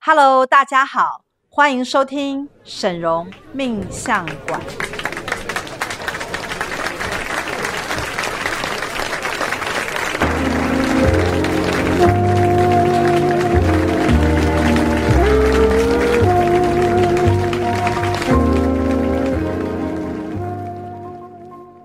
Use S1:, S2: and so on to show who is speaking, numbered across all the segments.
S1: Hello，大家好，欢迎收听沈荣命相馆。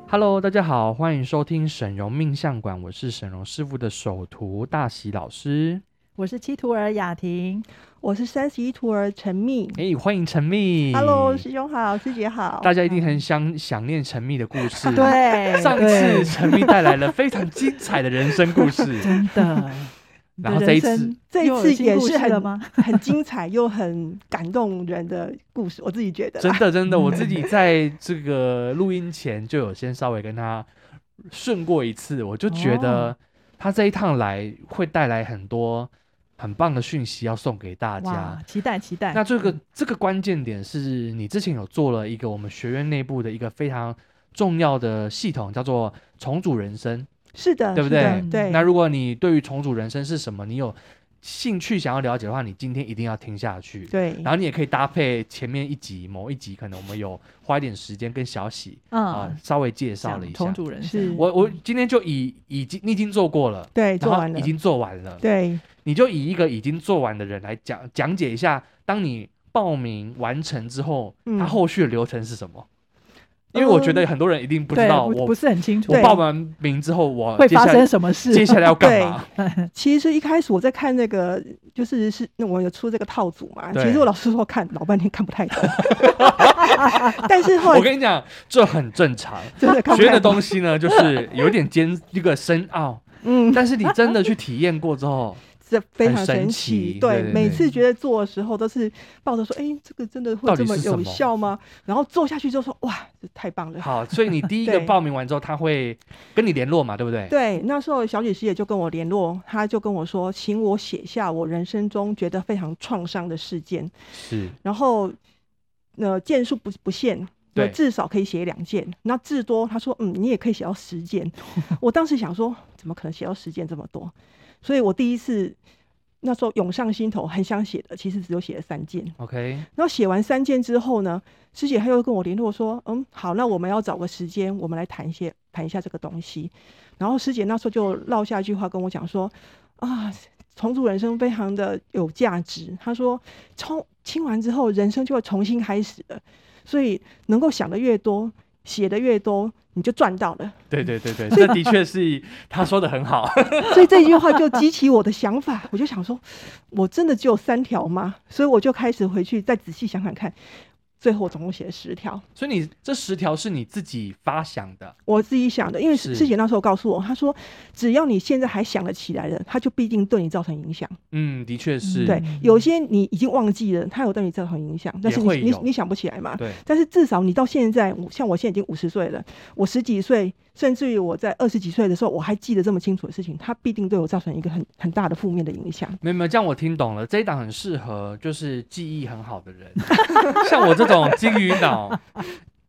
S2: Hello，大家好，欢迎收听沈荣命相馆，我是沈荣师傅的首徒大喜老师。
S3: 我是七徒儿雅婷，
S4: 我是三十一徒儿陈密。
S2: 哎、欢迎陈密。
S4: Hello，师兄好，师姐好。
S2: 大家一定很想想念陈密的故事。，
S4: 哎
S3: 对
S2: 上次陈密带来了非常精彩的人生故事，
S3: 真的，
S2: 然后这一次，
S4: 这一次也是
S3: 了
S4: 很
S3: 吗？
S4: 很精彩又很感动人的故事，我自己觉得
S2: 真
S4: 啦。
S2: 的真 的，我自己在这个录音前就有先稍微跟他顺过一次，我就觉得
S3: 哦
S2: 他这一趟来会带来很多很棒的讯息要送给大家
S3: 哇。，期待期
S4: 哎
S3: 待。
S2: 那这个这个关键点是你之前有做了一个我们学院内部的一个非常重要的系统，叫做重组人生。
S4: 是的，
S2: 对不
S4: 呃是的
S3: 对
S4: 对，
S2: 那如果你对于重组人生是什么，你有兴趣想要了解的话，你今天一定要听下去。
S4: 对
S2: 然后你也可以搭配前面一集某一集，可能我们有花一点时间跟小喜啊、
S3: 嗯，
S2: 稍微介绍
S3: 讲
S2: 了一
S3: 同
S2: 下。
S3: 主人
S4: 是
S2: 我我今天就以已经你已经做过了，
S4: 对，做
S2: 然后
S4: 完了
S2: 已，经做完了，
S4: 对
S2: 你就以一个已经做完的人来讲讲解一下，当你报名完成之后，
S4: 嗯
S2: 它后续的流程是什么？因为我觉得很多人一定不知
S3: 嗯对
S2: 道
S3: 不
S2: 我，
S3: 不是很清楚
S2: 我报完名之后，我
S3: 会
S2: 接下
S3: 发
S2: 来
S3: 生什么事。
S2: 接下来要干嘛？
S4: 其实一开始我在看那个，就是是那我有出这个套组嘛。
S2: 对
S4: 其实我老实说看老半天看不 太懂，但是后
S2: 我
S4: 来
S2: 跟你讲，这很正常。
S4: 真的看不
S2: 学
S4: 太
S2: 的
S4: 懂。
S2: 东西呢，就是有点尖，一个深奥，
S4: 嗯，
S2: 但是你真的去体验过之后，
S4: 这非常
S2: 很神
S4: 神
S2: 奇对
S4: 对，
S2: 对
S4: 每
S2: 对
S4: 次觉得做的时候都是抱着说，哎、这个真的
S2: 到
S4: 会
S2: 底
S4: 这么
S2: 是什
S4: 有
S2: 么
S4: 效吗？然后做下去就说，哇，这太棒了。
S2: 好，所以你第一个
S4: 对
S2: 报名完之后，他会跟你联络嘛，对不对？
S4: 对，那时候小姐师也就跟我联络，她就跟我说，请我写下我人生中觉得非常创伤的事件，
S2: 是，
S4: 然后，呃，件数不不限，呃
S2: 对
S4: 至少可以写两件，那至多她说，嗯，你也可以写到 十件。我当时想说，怎么可能写到十件这么多？所以我第一次那时候涌上心头，很想写的，其实只有写了三件。
S2: OK，
S4: 然后写完三件之后呢，师姐她又跟我联络说，嗯，好，那我们要找个时间，我们来谈一些谈一下这个东西。然后师姐那时候就撂下一句话跟我讲说，啊，重组人生非常的有价值。她说，冲清完之后，人生就会重新开始了，所以能够想的越多，写的越多，你就赚到了。
S2: 对对对对，这的确是他说的很好。
S4: 所以这句话就激起我的想法，我就想说，我真的只有三条吗？所以我就开始回去再仔细想想看。最后我总共写了十条，
S2: 所以你这十条是你自己发想的，
S4: 我自己想的，因为
S2: 是
S4: 师姐那时候告诉我，她说只要你现在还想得起来了，它就必定对你造成影响。
S2: 嗯，的确是，
S4: 对，有些你已经忘记了，它有对你造成影响，但是
S2: 也
S4: 你
S2: 会
S4: 你
S2: 有
S4: 你想不起来嘛？
S2: 对
S4: 但是至少你到现在，我像我现在已经五十岁了，我十几岁，甚至于我在二十几岁的时候，我还记得这么清楚的事情，它必定对我造成一个很很大的负面的影响。
S2: 没有没有，这样我听懂了。这一档很适合就是记忆很好的人， 像我这种金鱼脑。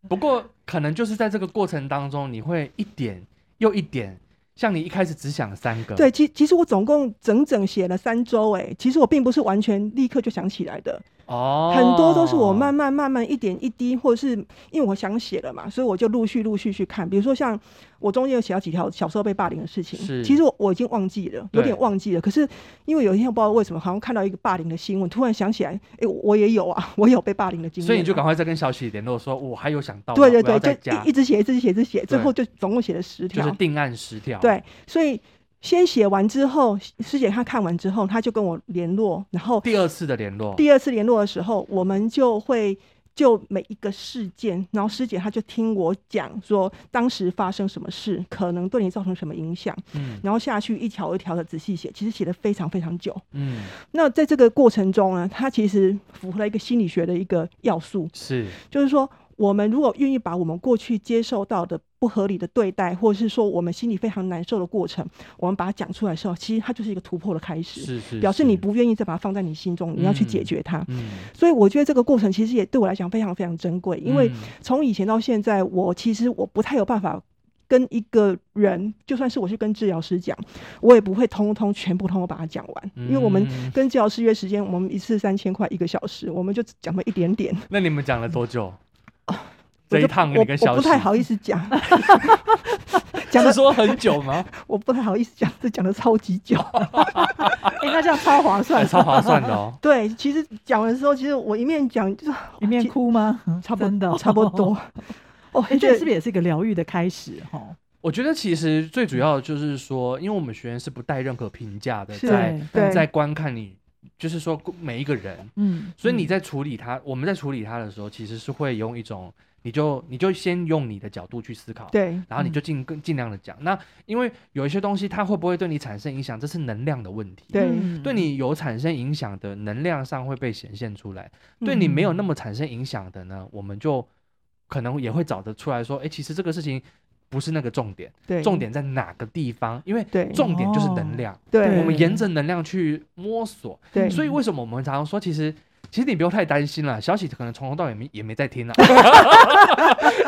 S2: 不过可能就是在这个过程当中，你会一点又一点，像你一开始只想三个，
S4: 对，，其其实我总共整整写了三周，哎，其实我并不是完全立刻就想起来的，
S2: 哦，
S4: 很多都是我慢慢慢慢一点一滴，或者是因为我想写了嘛，所以我就陆续陆续去看。比如说像我中间有写到几条小时候被霸凌的事情
S2: 是，
S4: 其实我我已经忘记了，有
S2: 对
S4: 点忘记了。可是因为有一天我不知道为什么，好像看到一个霸凌的新闻，突然想起来，哎、我我也有啊，我有被霸凌的经验啊、
S2: 所以你就赶快再跟小喜联络说，我还有想到，
S4: 对对
S2: 啊我要再
S4: 对，就
S2: 加
S4: 一一，直写，一直写，一直写，最
S2: 对
S4: 后就总共写了十
S2: 就
S4: 条
S2: 是。定案十条，，
S4: 对，所以先写完之后，师姐她看完之后，她就跟我联络，然后
S2: 第二次的联络，
S4: 第二次联络的时候，我们就会就每一个事件，然后师姐她就听我讲说当时发生什么事，可能对你造成什么影响，
S2: 嗯
S4: 然后下去一条一条的仔细写，其实写的非常非常久。
S2: 嗯，
S4: 那在这个过程中呢，它其实符合了一个心理学的一个要素，
S2: 是
S4: 就是说。我们如果愿意把我们过去接受到的不合理的对待，或者是说我们心里非常难受的过程，我们把它讲出来的时候，其实它就是一个突破的开始，
S2: 是是，
S4: 表示你
S2: 是，
S4: 不愿意再把它放在你心中，你要去解
S2: 嗯
S4: 决它。
S2: 嗯，
S4: 所以我觉得这个过程其实也对我来讲非常非常珍贵，因为
S2: 嗯
S4: 从以前到现在，我其实我不太有办法跟一个人，就算是我去跟治疗师讲，我也不会通通全部通通把它讲完，因为我们
S2: 嗯
S4: 跟治疗师约时间，我们一次三千块一个小时，我们就讲了一点点。
S2: 那你们讲了多久？
S4: 哦我
S2: 这一
S4: 就
S2: 趟
S4: 我
S2: 你跟
S4: 我
S2: 小
S4: 不
S2: 时
S4: 太好意思讲， 讲
S2: 是
S4: 的
S2: 说很久 吗？
S4: 我不太好意思讲，这讲的超级久。
S2: 哦
S3: 哎，那这样超划
S2: 哎
S3: 算，
S2: 超划算的哦。
S4: 对，其实讲的时候，其实我一面讲就是
S3: 一面哭吗？
S4: 差不
S3: 真的
S4: 多，
S3: 哦
S4: 差不 多。哦，
S3: 哎，这
S4: 这
S3: 是不是也是一个疗愈的开始？哈，
S2: 我觉得其实最主要就是说，因为我们学员是不带任何评价的，
S4: 是
S2: 在
S4: 对
S2: 在观看你，就是说每一个人，
S3: 嗯，
S2: 所以你
S3: 嗯
S2: 在处理他，我们在处理他的时候，其实是会用一种，你就你就先用你的角度去思考，
S4: 对嗯
S2: 然后你就尽更尽量的讲。那因为有一些东西，它会不会对你产生影响，这是能量的问题。
S4: 对
S3: 嗯
S2: 对你有产生影响的能量上会被显现出来，对你没有
S4: 嗯
S2: 那么产生影响的呢，我们就可能也会找得出来说，哎，其实这个事情不是那个重点，
S4: 对
S2: 重点在哪个地方？因为
S4: 对
S2: 重点就是能
S3: 哦
S2: 量，
S4: 对
S2: 我们沿着能量去摸索。
S4: 对
S2: 所以为什么我们常常说，其实其实你不用太担心了，小喜可能从头到尾没也没在 听啊，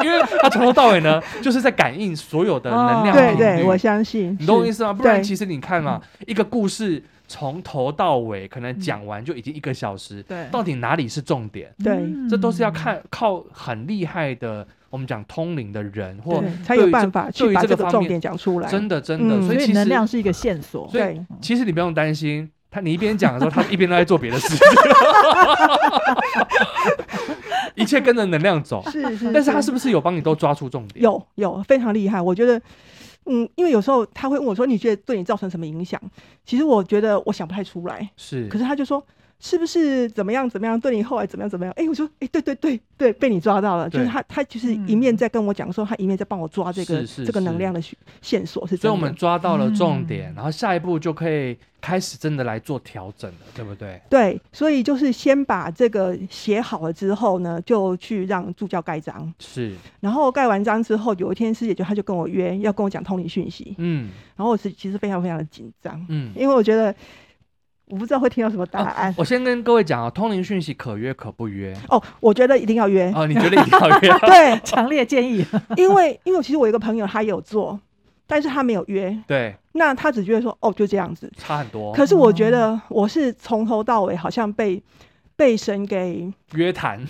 S2: 因为他从头到尾呢就是在感应所有的能量
S3: 哦
S4: 对
S2: 频率。
S4: 对，我相信
S2: 嗯你懂我
S4: 是
S2: 意思吗？不然
S4: 对嗯
S2: 其实你看嘛，一个故事从头到尾可能讲完就已经一个小时，
S3: 对
S2: 到底哪里是重点？
S4: 对
S2: 嗯这都是要看靠很厉害的，我们讲通灵的人或
S3: 对
S4: 对才有
S2: 对于
S4: 办
S2: 这
S4: 法
S2: 对
S4: 去
S2: 于
S4: 把
S2: 这
S4: 这
S2: 个
S4: 个
S2: 方
S4: 重
S2: 面
S4: 点讲出来。
S2: 真的真的，
S4: 嗯
S2: 所
S3: 所
S2: 以
S3: 以
S2: 其
S3: 能量
S2: 实
S3: 是一个线索，
S2: 所以
S4: 对
S2: 其实你不用担心，他你一边讲的时候，他一边都在做别的 事情， 一切跟着能量走。
S4: 是是，
S2: 但是他是不是有帮你都抓住重点？
S4: 有有非常厉害，我觉得。嗯，因为有时候他会问我说：“你觉得对你造成什么影响？”其实我觉得我想不太出来，
S2: 是，
S4: 可是他就说：“是不是怎么样怎么样？对你后来怎么样怎么样？”哎、我说：“哎、对对对对，被你抓到了。”就
S2: 对
S4: 是他，他就是
S3: 嗯
S4: 一面在跟我讲说，他一面在帮我抓这个
S2: 是是
S4: 这个
S2: 是
S4: 能量的线线索是真的。
S2: 所以我们抓到了重点，
S3: 嗯
S2: 然后下一步就可以开始真的来做调整了，对不对？
S4: 对，所以就是先把这个写好了之后呢，就去让助教盖章。
S2: 是，
S4: 然后盖完章之后，有一天师姐就她就跟我约，要跟我讲通灵讯息。
S2: 嗯
S4: 然后我是其实非常非常的紧张，
S2: 嗯。
S4: 因为我觉得我不知道会听到什么答 案。
S2: 我先跟各位讲啊，通灵讯息可约可不约
S4: 哦，我觉得一定要约。？
S2: 哦，你觉得一定要约
S4: 对，
S3: 强烈建议，
S4: 因为因为其实我有一个朋友，他有做，但是他没有约，
S2: 对，
S4: 那他只觉得说哦就这样子。
S2: 差很多。
S4: 可是我觉得我是从头到尾好像被被神给
S2: 约谈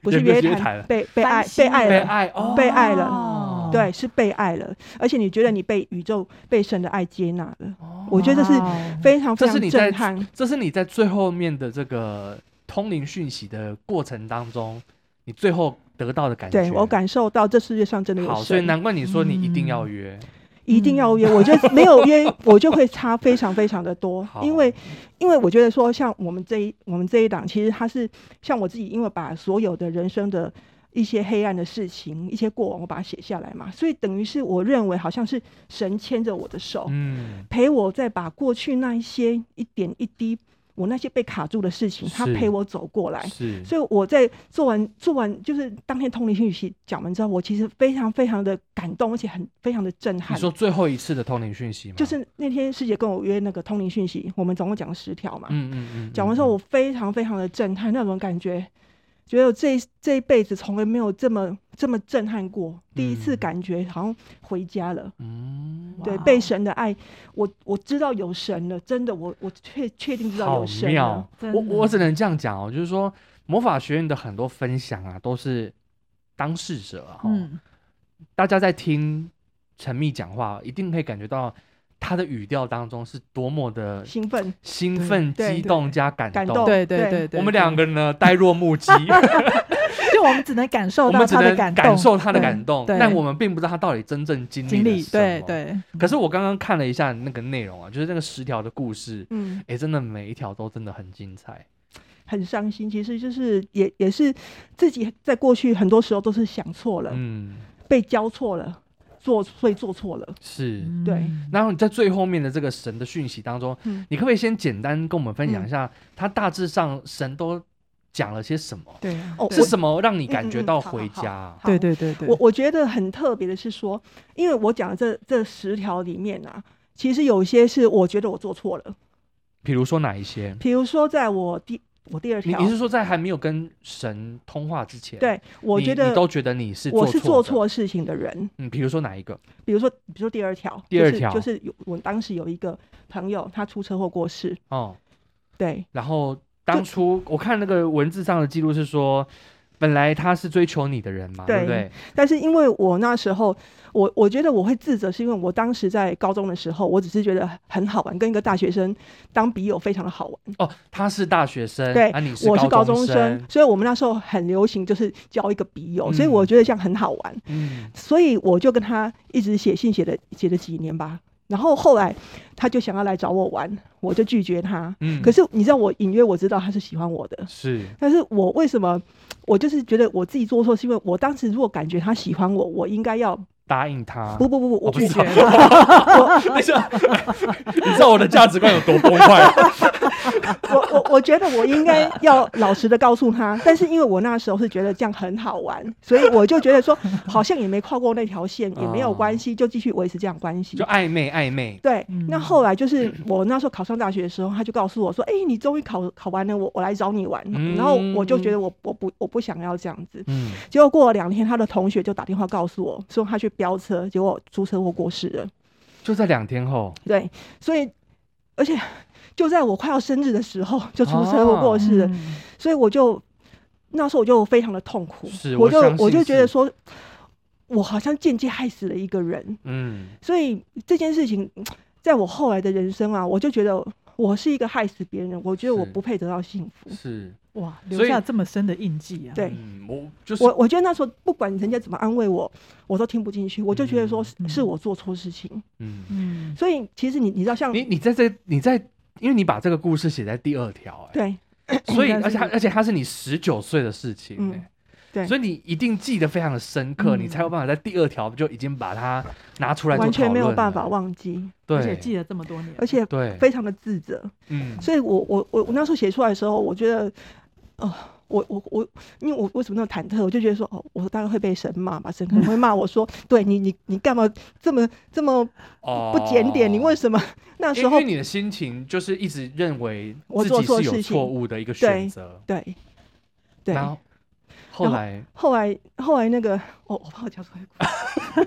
S4: 不是
S2: 也被
S4: 约
S2: 约
S4: 谈
S2: 谈，
S4: 被被爱
S3: 翻新
S4: 被爱
S2: 被
S4: 了，
S2: 爱哦，
S4: 哎被爱了
S3: 哦
S4: 对，是被爱了，而且你觉得你被宇宙被神的爱接纳了，
S2: 哦
S4: 我觉得这是
S3: 哇哦
S4: 非常非
S2: 这是
S4: 常
S2: 你在
S4: 震撼。
S2: 这是你在最后面的这个通灵讯息的过程当中，你最后得到的感觉。
S4: 对我感受到这世界上真的有
S2: 好，
S4: 神，
S2: 所以难怪嗯你说你一定要约。
S4: 一定要约。我觉得没有 约，我就会差非常非常的多
S2: 好，嗯
S4: 因为因为我觉得说，像我们这一我们这一档，其实它是像我自己，因为把所有的人生的一些黑暗的事情、一些过往，我把它写下来嘛，所以等于是我认为好像是神牵着我的手，
S2: 嗯，
S4: 陪我再把过去那一些一点一滴，我那些被卡住的事情，他
S2: 是
S4: 陪我走过来。
S2: 是，
S4: 嗯所以我在做完做完就是当天通灵讯息讲完之后，我其实非常非常的感动，而且很非常的震
S2: 你
S4: 撼。
S2: 说最后一次的通灵讯息吗？
S4: 就是那天师姐跟我约那个通灵讯息，我们总共讲了十条嘛。
S2: 嗯，嗯嗯嗯，
S4: 讲完之后，我非常非常的震撼，那种感觉，觉得我这一这一辈子从来没有这么这么震撼过，第一次
S2: 嗯
S4: 感觉好像回家了。
S2: 嗯，
S4: 对，
S3: 哇
S4: 被神的爱，我我知道有神了，真的，我我确确定知道
S2: 好
S4: 有神了
S2: 妙。。
S3: 真
S2: 我
S3: 的
S2: 我只能这样讲哦，就是说魔法学院的很多分享啊，都是当事者啊，哈
S3: 嗯，
S2: 大家在听陈密讲话，一定可以感觉到他的语调当中是多么的
S4: 兴奋，
S2: 兴奋、
S4: 对
S2: 激动加感
S4: 感
S2: 动
S4: 动。
S3: 哦对对
S4: 对
S3: 对对，
S2: 我们两个人呢，呆若木 鸡，
S3: 对，就我们只能感受
S2: 我
S3: 到
S2: 们只
S3: 他的
S2: 能
S3: 感动，
S2: 感受他的感动，
S3: 对
S2: 但我们并不知道他到底真正经
S3: 经
S2: 历
S3: 历，
S2: 了什么
S3: 对。对，
S2: 可是我刚刚看了一下那个内容啊，就是那个十条的故事，
S4: 嗯，
S2: 哎，真的每一条都真的很精彩。
S4: 很伤心。其实就是也也是自己在过去很多时候都是想错了，
S2: 嗯，
S4: 被教错了，做所以做错了。
S2: 是。
S3: 嗯
S4: 对
S2: 然后你在最后面的这个神的讯息当中，
S4: 嗯
S2: 你可不可以先简单跟我们分享一下，他大致上神都讲了些什么？
S3: 对
S4: 哦，
S2: 是
S4: 我
S2: 什么让你感觉
S4: 嗯嗯
S2: 到
S4: 好
S2: 回
S4: 好
S2: 家
S4: 好
S2: 啊？
S4: 好
S3: 对对对对，
S4: 我我觉得很特别的是说，因为我讲的这这十条里面啊，其实有一些是我觉得我做错了，
S2: 比如说哪一些？
S4: 比如说在我第我第二
S2: 你
S4: 条
S2: 你，是说在还没有跟神通话之前，
S4: 对我
S2: 你
S4: 觉
S2: 你
S4: 得
S2: 都觉得你是
S4: 我是
S2: 做
S4: 做
S2: 错的，
S4: 错事情的人。
S2: 嗯，比如说哪一个？
S4: 比如说，比如说第二条，
S2: 第二条
S4: 就是、就是有我当时有一个朋友，他出车祸过世，
S2: 哦，
S4: 对
S2: 然后当初我看那个文字上的记录是说，本来他是追求你的人嘛，对
S4: 对
S2: 不对？
S4: 但是因为我那时候，我我觉得我会自责，是因为我当时在高中的时候，我只是觉得很好玩，跟一个大学生当笔友非常的好玩。
S2: 哦，他是大学生，
S4: 对
S2: 啊，你
S4: 我是
S2: 是
S4: 高
S2: 中
S4: 中生，所以我们那时候很流行就是交一个笔友，所以
S2: 嗯
S4: 我觉得这样很好玩，
S2: 嗯，
S4: 所以我就跟他一直写信，写了写了几年吧。然后后来他就想要来找我玩，我就拒绝他。
S2: 嗯
S4: 可是你知道，我隐约我知道他是喜欢我的，
S2: 是
S4: 但是我为什么我就是觉得我自己做错，是因为我当时如果感觉他喜欢我，我应该要
S2: 答应他，
S4: 不不不不，
S2: 我
S4: 我
S2: 不
S4: 拒
S2: 知道
S4: 绝。
S2: 等一下，你知道我的价值观有多崩坏？
S4: 我我我觉得我应该要老实的告诉他，但是因为我那时候是觉得这样很好玩，所以我就觉得说好像也没跨过那 条线，也没有关系，就继续维持这样关系
S2: 就。暧昧暧昧，
S4: 对
S3: 嗯，
S4: 那后来就是我那时候考上大学的时候，他就告诉我说：“哎、你终于考考完了，我我来找你玩。
S2: 嗯”
S4: 然后我就觉得我我不我不想要这样子。
S2: 嗯，
S4: 结果过了两天，他的同学就打电话告诉我说他去飙车，结果出车祸过世了。
S2: 就在两天后，
S4: 对，所以而且就在我快要生日的时候就出车祸过世了，
S3: 嗯
S4: 所以我就那时候我就非常的痛苦，
S2: 是我
S4: 我就
S2: 相信
S4: 我就觉得
S2: 是
S4: 说，我好像间接害死了一个人，
S2: 嗯，
S4: 所以这件事情在我后来的人生啊，我就觉得我是一个害死别人的人，我觉得我
S2: 是
S4: 不配得到幸福。
S2: 是，
S3: 哇，
S2: 所以
S3: 留下这么深的印记啊！
S4: 对
S2: 嗯，我就是
S4: 我我觉得那时候不管人家怎么安慰我，我都听不进去，我就觉得说是
S3: 嗯
S4: 是我做错事情。
S2: 嗯，
S3: 嗯，
S4: 所以其实你你知道像
S2: 你你在这你在，因为你把这个故事写在第二条、哎，
S4: 对
S2: 所以
S3: 应
S2: 而
S3: 该是
S2: 且它而且它是你十九岁的事情、
S4: 嗯
S2: 哎
S4: 对
S2: 所以你一定记得非常的深刻，
S3: 嗯
S2: 你才有办法在第二条就已经把它拿出来做
S4: 完全没
S2: 讨
S4: 有
S2: 论
S4: 办法
S2: 了，
S4: 忘记，
S3: 而且记
S2: 对，
S3: 了这么多年，
S4: 而且
S2: 对，
S4: 非常的自责。
S2: 嗯，
S4: 所以我我我我那时候写出来的时候，我觉得，哦、我我我，因为我为什么那么忐忑，我就觉得说，哦，我大概会被神骂吧，神可能会骂我说，对你你你干嘛这么这么
S2: 哦
S4: 不检点？你为什么那时
S2: 因
S4: 候
S2: 为你的心情就是一直认为
S4: 我
S2: 自
S4: 做
S2: 己
S4: 错
S2: 是有
S4: 事情
S2: 错误的一个
S4: 对
S2: 选择，
S4: 对对？
S2: 然后后
S4: 然后
S2: 来
S4: 后来后来那个，哦，我怕我讲出来哭，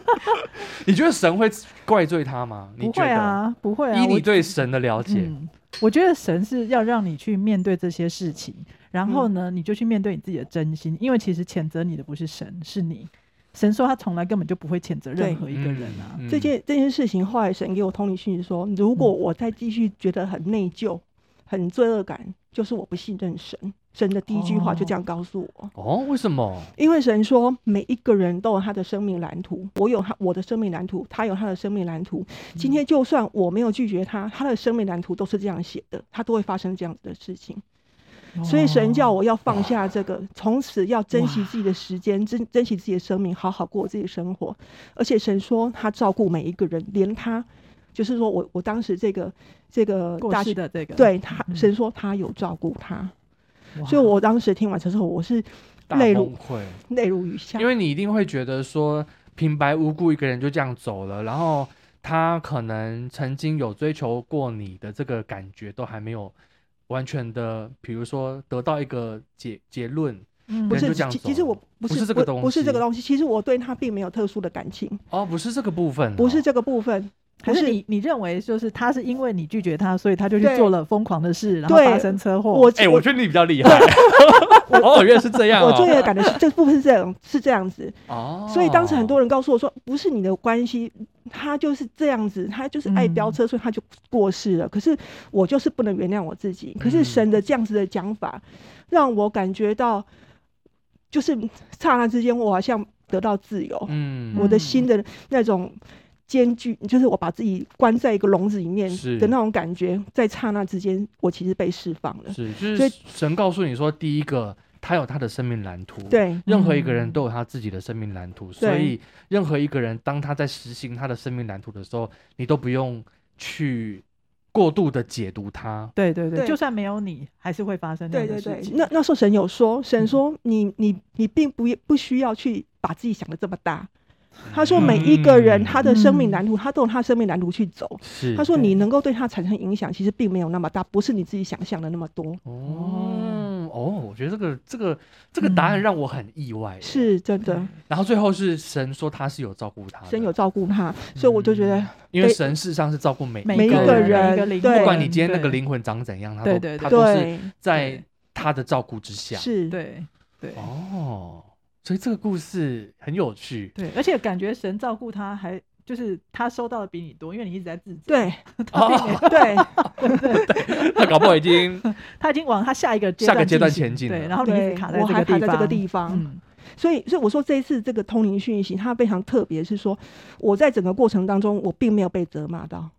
S2: 你觉得神会怪罪他吗？你
S3: 不
S2: 觉
S3: 会
S2: 得？
S3: 啊，不会啊，
S2: 以你
S3: 我
S2: 对神的了解，
S3: 嗯，我觉得神是要让你去面对这些事情，然后
S4: 嗯
S3: 呢，你就去面对你自己的真心，因为其实谴责你的不是神，是你。神说他从来根本就不会谴责任
S4: 对
S3: 何一个人啊。
S2: 嗯
S4: 这件这件事情，后来神给我通灵讯息说，如果我再继续觉得很内疚、很罪恶感，就是我不信任神。神的第一句话就这样告诉我。
S2: 哦，为什么？
S4: 因为神说，每一个人都有他的生命蓝图，我有他我的生命蓝图，他有他的生命蓝图。
S2: 嗯
S4: 今天就算我没有拒绝他，他的生命蓝图都是这样写的，他都会发生这样子的事情。
S2: 嗯
S4: 所以
S2: 哦
S4: 神叫
S3: 我，
S4: 我要放下这个，从此要珍惜自己的时间，珍珍惜自己的生命，好好过自己的生活。而且神说，他照顾每一个人，连他，就是说我我当时这个这个
S3: 过
S4: 大
S3: 世
S4: 学，
S3: 的这个，
S4: 对他
S3: 嗯
S4: 神说他有照顾他，
S3: 哇，
S4: 所以我当时听完之后，我是
S2: 大
S4: 泪
S2: 崩
S4: 如
S2: 溃，
S4: 泪如雨下
S2: 因。为你一定会觉得说平白无故一个人就这样走了，然后他可能曾经有追求过你的这个感觉都还没有完全的，比如说得到一个结结论
S3: 嗯
S4: 不，
S2: 人就是这样
S4: 其
S2: 走
S4: 其实
S2: 了
S4: 我不
S2: 不
S4: 是
S2: 是这个
S4: 不
S2: 东
S4: 不是这个
S2: 西
S4: 东西。其实我对他并没有特殊的感情，
S2: 哦，不是这个部分哦、
S4: 不是这个部分，
S3: 可
S4: 不
S3: 是你你认为就是他是因为你拒绝他，所以他就去
S4: 对
S3: 做了疯狂的事，然后
S4: 对
S3: 发生车祸。
S4: 我
S2: 哎、我
S4: 我
S2: 觉得你比较厉害。哦，原来是这样、哦。
S4: 我罪恶感的是这部分是这样是这样子，
S2: 哦，
S4: 所以当时很多人告诉我说，不是你的关系，他就是这样子，他就是爱
S2: 嗯
S4: 飙车，所以他就过世了。可是我就是不能原谅我自己。可是神
S2: 嗯
S4: 的这样子的讲法，让我感觉到，就是刹那之间，我好像得到自由，
S2: 嗯，
S4: 我的心的那种艰巨，就是我把自己关在一个笼子里面
S2: 是
S4: 的那种感觉，在刹那之间，我其实被释放了。
S2: 是就是
S4: 所以
S2: 神告诉你说，第一个他有他的生命蓝图，，
S4: 对
S2: 任何一个
S4: 嗯
S2: 人都有他自己的生命蓝图，所以任何一个人当他在实行他的生命蓝图的时候，你都不用去过度的解读它。
S3: 对对对，
S4: 对
S3: 就算没有你，还是会发生那
S4: 对
S3: 样的
S4: 对
S3: 事
S4: 对，
S3: 情。
S4: 那那时候神有说，神
S3: 嗯
S4: 说你你你并不不需要去把自己想的这么大。他说
S2: 嗯
S4: 每一个人他的生
S3: 嗯
S4: 命蓝图，他都有他生命蓝图去走。
S2: 是
S4: 他说
S3: 对
S4: 你能够对他产生影响，其实并没有那么大，不是你自己想象的那么多。
S2: 哦。觉得这个这个这个答案让我很意外、欸
S4: 嗯是真
S3: 嗯
S4: 的，
S2: 然后最后是神说他是有照顾他的，
S4: 神有照顾他，所以我就觉
S3: 嗯
S4: 得
S2: 因为神事实上是照顾每
S4: 每一
S2: 个
S4: 个
S2: 人，
S3: 每一
S4: 人
S3: 个灵
S4: 对
S3: 魂
S2: 不管你今天那个
S3: 对
S2: 灵魂长怎样，他
S3: 对
S2: 都
S3: 对
S2: 他
S3: 对
S2: 都是
S4: 对
S2: 在他的照顾之下。
S4: 是
S3: 对对
S2: 哦，所以这个故事很有趣
S3: 对，而且感觉神照顾他还。就是他收到的比你多，因为你一直在自责。
S4: 对
S2: 哦，
S4: 对
S2: 他搞不好已经
S3: 他已经往他下一个
S2: 下个阶段
S3: 进
S2: 前
S3: 行
S2: 进
S3: 对，
S2: 了
S3: 然后你一
S4: 对
S3: 直卡，在
S4: 我
S3: 这
S4: 还
S3: 个地
S4: 卡
S3: 方。
S4: 在这个地方，
S3: 嗯，
S4: 所以所以我说这一次这个通灵讯息它非常特别，是说我在整个过程当中我并没有被责骂到，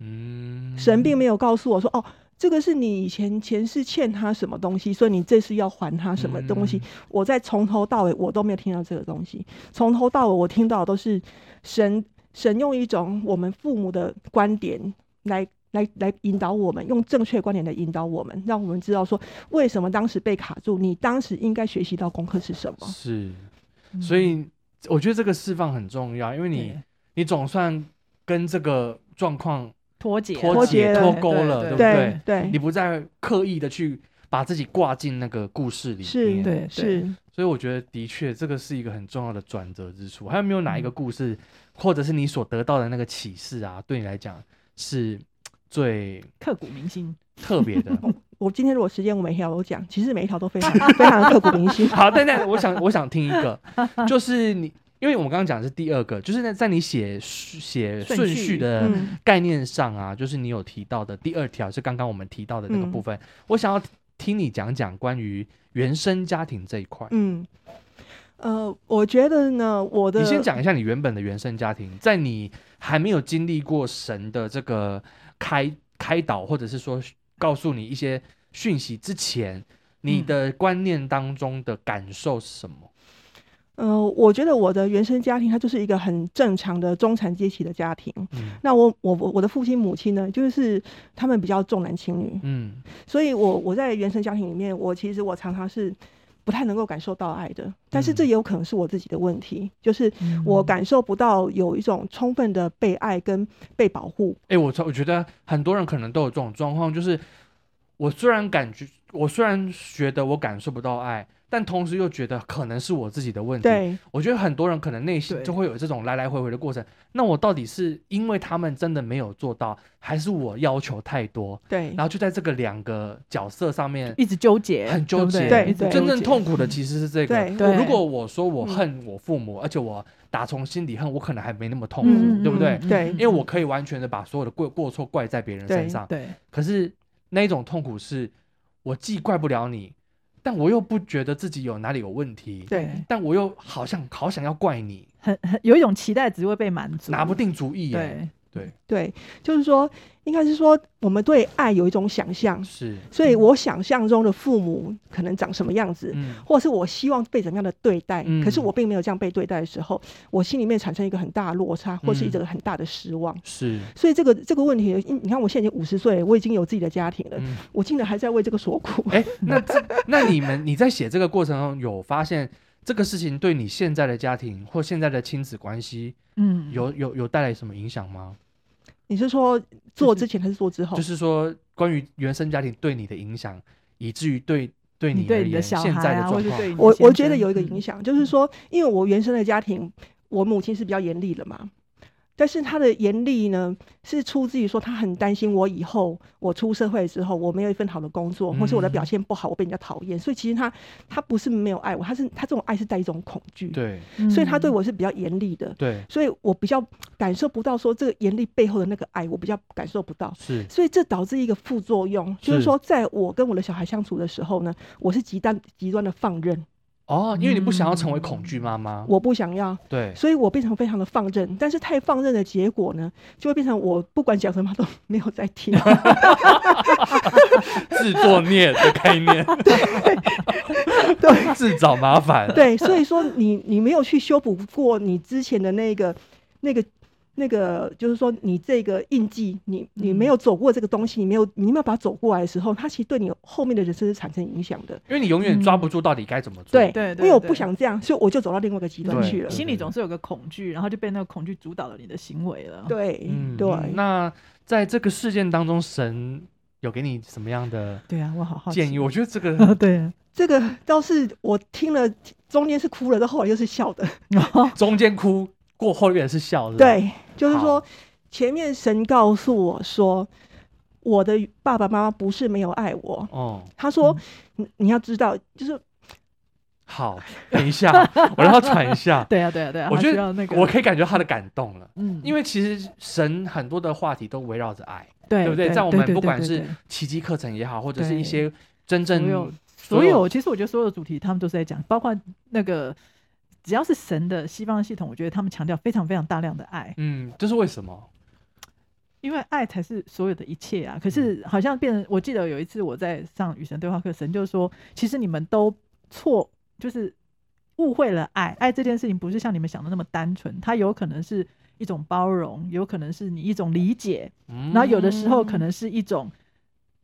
S2: 嗯，
S4: 神并没有告诉我说哦。这个是你以前前世欠他什么东西，所以你这次要还他什么东西。
S2: 嗯
S4: 我在从头到尾我都没有听到这个东西，从头到尾我听到的都是神神用一种我们父母的观点来来来引导我们，用正确观点来引导我们，让我们知道说为什么当时被卡住，你当时应该学习到功课是什么。
S2: 是，
S4: 嗯
S2: 所以我觉得这个释放很重要，因为你
S3: 对
S2: 你总算跟这个状况
S3: 脱节
S2: 脱
S4: 脱
S2: 节
S4: 节
S2: 脱
S4: 了
S2: 钩了，
S3: 对
S2: 不
S4: 对
S2: 对？
S4: 对
S2: 你不再刻意的去把自己挂进那个故事里
S4: 是，
S2: 面，
S3: 对
S4: 是，
S2: 所以我觉得的确这个是一个很重要的转折之处。还有没有哪
S4: 嗯
S2: 一个故事，或者是你所得到的那个启示啊，对你来讲是嘖最
S3: 刻骨铭心。
S2: 特别 的？
S4: 我今天如果时间我每一条都讲，其实每一条都非常 非常刻骨铭心。
S2: 好，等等，我想我想听一个， 就是你，因为我们刚刚讲的是第二个，就是在在你写写
S3: 顺
S2: 顺
S3: 序
S2: 序的
S4: 嗯，
S2: 概念上啊，就是你有提到的第二条是刚刚我们提到的那个
S4: 嗯
S2: 部分，我想要听你讲讲关于原生家庭这一块。
S4: 嗯，呃，我觉得呢，我的
S2: 你先讲一下你原本的原生家庭，在你还没有经历过神的这个开开导，或者是说告诉你一些讯息之前，
S4: 嗯
S2: 你的观念当中的感受是什么？
S4: 呃，我觉得我的原生家庭它就是一个很正常的中产阶级的家庭。
S2: 嗯
S4: 那我我我我的父亲母亲呢，就是他们比较重男轻女，
S2: 嗯
S4: 所以我我在原生家庭里面，我其实我常常是不太能够感受到爱的。但是
S2: 嗯
S4: 这也有可能是我自己的问题，就是我感受不到有一种充分的被爱跟被保护。
S2: 哎、我我觉得很多人可能都有这种状况，就是我虽然感觉，我虽然觉得我感受不到爱，但同时又觉得可能是我自己的问题。
S4: 对，
S2: 我觉得很多人可能内心
S3: 对
S2: 就会有这种来来回回的过程。那我到底是因为他们真的没有做到，还是我要求太多？
S4: 对
S2: 然后就在这个两个角色上面
S3: 一直纠结，
S2: 很纠结，
S4: 对
S3: 一直
S4: 对
S2: 真
S3: 纠
S2: 正
S3: 结
S2: 痛苦的其实是这个。
S4: 对嗯
S3: 对
S2: 如果我说我恨我父母，而且我打从心底恨，我可能还没那么痛苦，
S4: 嗯
S2: 对不对？
S3: 嗯嗯
S4: 对
S3: 嗯
S2: 因为我可以完全的把所有的过过错怪在别人身
S4: 对
S2: 上，
S3: 对
S2: 可是那一种痛苦是，我既怪不了你，但我又不觉得自己有哪里有问题，
S4: 对
S2: 但我又好像好想要怪你，
S3: 很很有一种期待只会被满足，
S2: 拿不定主意耶。
S3: 对
S4: 对，就是说，应该是说我们对爱有一种想象，
S2: 是，
S4: 所以我想象中的父母可能长什么样子，
S2: 嗯，
S4: 或者是我希望被怎么样的对待，
S2: 嗯
S4: 可是我并没有这样被对待的时候，我心里面产生一个很大的
S2: 嗯
S4: 落差，或是一个很大的失望。
S2: 是，
S4: 所以这个这个问题，你你看我现在已经五十岁了，我已经有自己的家庭了，
S2: 嗯，
S4: 我竟然还在为这个所苦。
S2: 哎，那这那你们你在写这个过程中有发现这个事情对你现在的家庭或现在的亲子关系
S3: 嗯，
S2: 有有有带来什么影响吗？
S4: 你是说做之前还是做
S3: 哦
S4: 之后？
S2: 就是说关于原生家庭对你的影响，以至于对对
S3: 你
S2: 而
S3: 对你
S2: 言
S3: 的小
S2: 现
S3: 孩
S2: 在的
S3: 啊，或
S2: 状
S3: 是对
S2: 况，
S3: 你的
S4: 我我
S3: 先
S4: 觉得
S3: 生嗯
S4: 有一个影，响，就是说，因为我原生的家庭，我母亲是比较严厉的嘛，但是她的严厉呢，是出自于说她很担心我以后我出社会之后，我没有一份好的工作，或是我的表
S2: 嗯
S4: 现不好，我被人家讨厌，所以其实她她不是没有爱我，她是她这种爱是带一种恐惧，
S2: 对
S3: 嗯
S4: 所以她对我是比较严厉的，
S2: 对
S4: 所以我比较感受不到说这个严厉背后的那个爱，我比较感受不到。
S2: 是，
S4: 所以这导致一个副作用，就是
S2: 是
S4: 说，在我跟我的小孩相处的时候呢，我是极端极端的放任，
S2: 哦，因为你不想要成为恐惧妈妈，
S3: 嗯
S4: 我不想要，
S2: 啊对，
S4: 所以我变成非常的放任，但是太放任的结果呢，就会变成我不管讲什么他都没有在 听。
S2: 自作孽的概 念，
S4: 对
S2: 自找麻烦，
S4: 对，所以说你你没有去修补过你之前的那个那个那个，就是说你这个印记，你你没有走过这个东西，你没有你没有把它走过来的时候，它其实对你后面的人生是产生影响的。
S2: 因为你永远抓不住到底该怎么做，
S4: 对，
S3: 对对
S4: 因为我
S3: 对
S4: 不想这样，所以我就走到另外一个极端
S2: 对
S4: 去了。
S3: 心
S2: 对
S3: 里总是有个恐惧，然后就被那个恐惧主导了你的行为了。，
S4: 对，
S2: 嗯，
S4: 对，
S2: 那在这个事件当中，神有给你什么样的
S3: 对啊，我好好奇
S2: 建议？我觉得这个
S3: 对，。
S4: 这个倒是我听了，中间是哭了，到后来又是笑的。
S2: 中间哭过后面是笑，是吧，
S4: 对，就是说
S2: 嗯好
S4: 前面神告诉我说，我的爸爸妈妈不是没有爱我，
S2: 哦，
S4: 他说、你你要知道，就是
S2: 好，等一下，我让他喘一下
S3: 对啊，对啊，对啊，
S2: 我
S3: 他
S2: 觉
S3: 需
S2: 得
S3: 要那个，
S2: 我可以感觉他的感动了，
S3: 嗯，
S2: 因
S3: 为
S2: 为其实神很多的话题都围绕着爱，
S3: 对
S2: 对不对？在我
S3: 对
S2: 们
S3: 对
S2: 不
S3: 对
S2: 管
S3: 对
S2: 是
S3: 对
S2: 奇迹课程也好，或者是
S3: 对
S2: 一些真
S3: 所有
S2: 正
S3: 所有，其实我觉得所有的主题他们都是在讲，包括那个只要是神的西方系统，我觉得他们强调非常非常大量的爱，
S2: 嗯，这是为什么？
S3: 因为爱才是所有的一切啊。可是好像变成，我记得有一次我在上与神对话课，神就说，其实你们都错，就是误会了爱。爱这件事情不是像你们想的那么单纯，它有可能是一种包容，有可能是你一种理解，
S2: 嗯
S3: 然后有的时候可能是一种。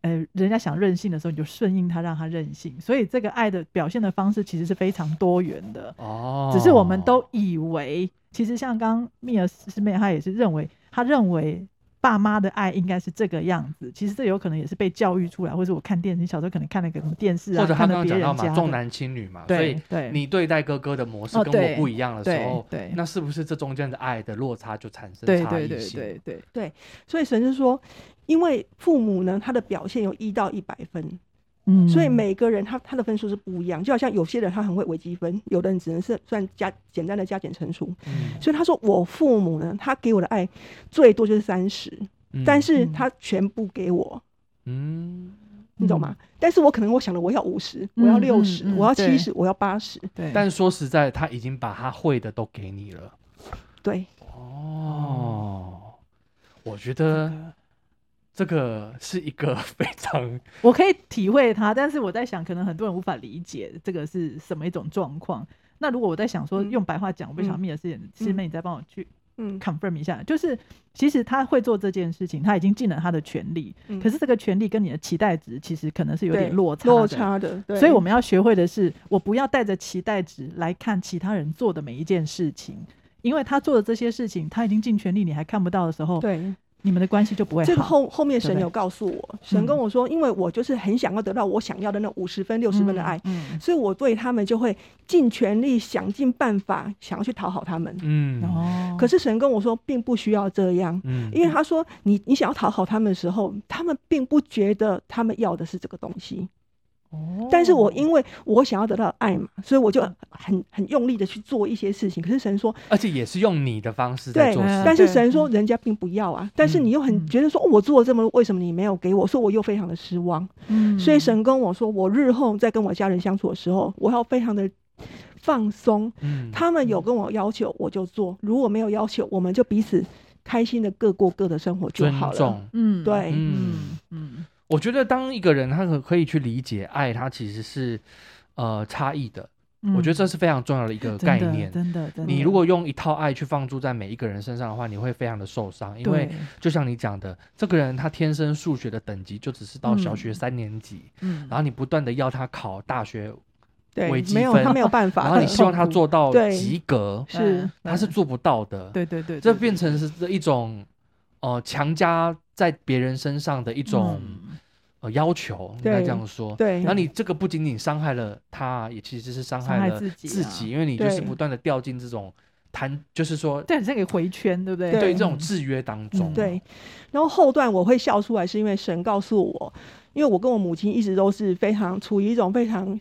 S3: 呃，人家想任性的时候，你就顺应他，让他任性。所以这个爱的表现的方式其实是非常多元的。
S2: 哦，
S3: 只是我们都以为，其实像刚刚密尔师妹，她也是认为，她认为爸妈的爱应该是这个样子。其实这有可能也是被教育出来，或者我看电视，你小时候可能看那个什么电视啊，
S2: 或者他
S3: 看
S2: 刚刚
S3: 了别
S2: 讲到
S3: 人家
S2: 嘛，
S3: 的
S2: 重男轻女嘛，所
S3: 对
S2: 以
S3: 对
S2: 你对待哥哥的模式
S3: 哦
S2: 跟
S3: 对
S2: 我不一样的时
S3: 对
S2: 候，
S3: 对
S2: 那是不是这中间的爱的落差就产生
S3: 对
S2: 差
S3: 对
S2: 异
S3: 对
S2: 性？
S3: 对对，
S4: 所以神是说，因为父母呢，他的表现有一到一百分，
S3: 嗯
S4: 所以每个人他他的分数是不一样。就好像有些人他很会微积分，有的人只能是算加简单的加减乘除。
S2: 嗯
S4: 所以他说我父母呢，他给我的爱最多就是三十，
S2: 嗯
S4: 但是
S3: 嗯
S4: 他全部给我，
S2: 嗯，
S4: 你懂吗？但是我可能我想了，我要五十，
S3: 嗯
S4: 我要六十、
S3: 嗯嗯
S4: 我要
S3: 对
S4: 七十，我要八十，
S3: 对，
S2: 但说实在，他已经把他会的都给你了。
S4: 对，
S2: 哦，我觉得这个是一个非常
S3: 我可以体会他，但是我在想，可能很多人无法理解这个是什么一种状况。那如果我在想说，
S4: 嗯
S3: 用白话讲，我不想
S4: 嗯
S3: 密尔师姐师妹，你再帮我去
S4: 嗯，
S3: confirm 一下，就是其实他会做这件事情，他已经尽了他的全力，
S4: 嗯
S3: 可是这个权利跟你的期待值其实可能是有点
S4: 对
S3: 落差的
S4: 落。差的，对
S3: 所以我们要学会的是，我不要带着期待值来看其他人做的每一件事情，因为他做的这些事情，他已经尽全力，你还看不到的时候，
S4: 对
S3: 你们的关系就不会好。
S4: 这个后后面
S3: 对嗯
S4: 神
S3: 不对
S4: 有告诉我，神跟我说，因为我就是很想要得到我想要的那五十分、六十分的爱，
S3: 嗯，
S4: 所以我对他们就会尽全力、想尽办法，想要去讨好他们。
S2: 嗯
S3: 嗯哦，
S4: 可是神跟我说，并不需要这样。
S2: 嗯
S4: 因为他说你你想要讨好他们的时候，他们并不觉得他们要的是这个东西，
S3: 哦，
S4: 但是我因为我想要得到爱嘛，所以我就
S2: 嗯
S4: 很很用力的去做一些事情。可是神说，
S2: 而且也是用你的方式在
S4: 对
S2: 做事，，嗯
S4: 但是
S3: 对
S4: 神说人家并不要啊，但是你又
S3: 嗯
S4: 很觉得说，哦我做了这么多，为什么你没有给我？所以我又非常的失望。
S3: 嗯，
S4: 所以神跟我说，我日后在跟我家人相处的时候，我要非常的放松。
S2: 嗯，
S4: 他们有跟我要求，我就做；如果没有要求，我们就彼此开心的各过各的生活就
S2: 尊
S4: 好了。
S2: 重。
S3: 嗯，
S4: 对
S3: 嗯
S2: 嗯
S3: 嗯
S2: 我觉得当一个人他可可以去理解爱，他其实是呃差异的，
S3: 嗯，
S2: 我觉得这是非常重要的一个
S3: 真的
S2: 概念。
S3: 真的真的，
S2: 你如果用一套爱去放诸在每一个人身上的话，你会非常的受伤，因为
S3: 对
S2: 就像你讲的，这个人他天生数学的等级就只是到小
S3: 嗯
S2: 学三年级，
S3: 嗯
S2: 然后你不断的要他考大学，
S4: 对
S2: 微积，
S4: 没有
S2: 分
S4: 他没有办法。
S2: 然后你
S4: 对
S2: 希望他做到
S4: 对
S2: 及格，
S4: 是
S2: 他是做不到的。
S3: 对对对，
S2: 这
S3: 对
S2: 变成是这一种呃强加在别人身上的一种、
S3: 嗯
S2: 呃要求，应该这样说。
S4: 对
S2: 然后你这个不仅仅伤害了他，也其实是伤
S3: 伤害
S2: 害了
S3: 自
S2: 自己，
S3: 己啊
S2: 因为你就是
S4: 对
S2: 不断的掉进这种谈，就是说
S3: 对，这个回圈，对不对？
S4: 对
S2: 对这种制约当中。
S3: 嗯
S4: 对，然后后段我会笑出来，是因为神告诉我，因为我跟我母亲一直都是非常处于一种非常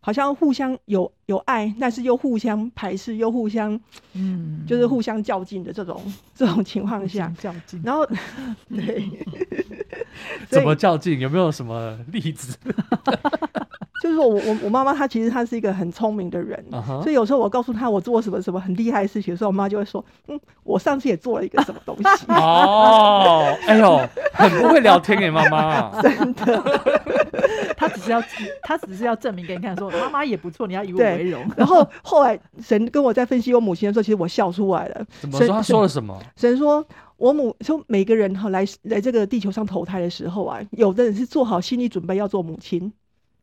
S4: 好像互相有有爱，但是又互相排斥，又互相
S3: 嗯，
S4: 就是互相较劲的这种这种情况下
S3: 相。较劲，
S4: 然后，对，
S2: 怎么较劲？有没有什么例 子？
S4: 就是说我我我妈妈她其实她是一个很聪明的人。
S2: 啊哈
S4: 所以有时候我告诉她我做什么什么很厉害的事情的时候，我妈就会说：“嗯，我上次也做了一个什么东西。
S2: 哦，哎呦，很不会聊天给妈啊妈。
S3: 他只是要 他只是要证明给你看，说妈妈也不错，你要以我为荣。”
S4: 然后后来神跟我在分析我母亲的时候，其实我笑出来了。
S2: 怎么说？
S4: 所以
S2: 他说了什么？
S4: 神说，我母说每个人哈来来这个地球上投胎的时候啊，有的人是做好心理准备要做母亲，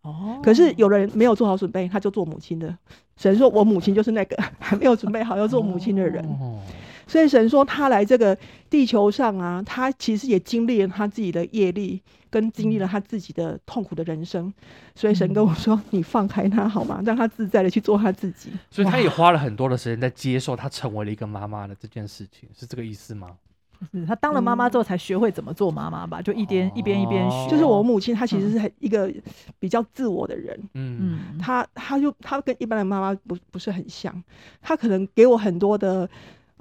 S3: 哦，
S4: 可是有的人没有做好准 备，他就做母亲的。神说，我母亲就是那个还没有准备好要做母亲的人。
S2: 哦，
S4: 所以神说他来这个地球上啊，他其实也经历了他自己的业力，跟经历了他自己的痛苦的人生。所以神跟我说：“你放开他好吗？让他自在的去做他自己。
S2: 所以她也花了很多的时间在接受她成为了一个妈妈的这件事情，是这个意思吗？
S3: 是她当了妈
S4: 嗯
S3: 妈之后才学会怎么做妈妈吧，就一边一边一边
S2: 哦
S3: 学。
S4: 就是我母亲，她其实是很一个比较自我的人，
S2: 嗯，
S3: 嗯，
S4: 她她就她跟一般的妈妈不不是很像，她可能给我很多的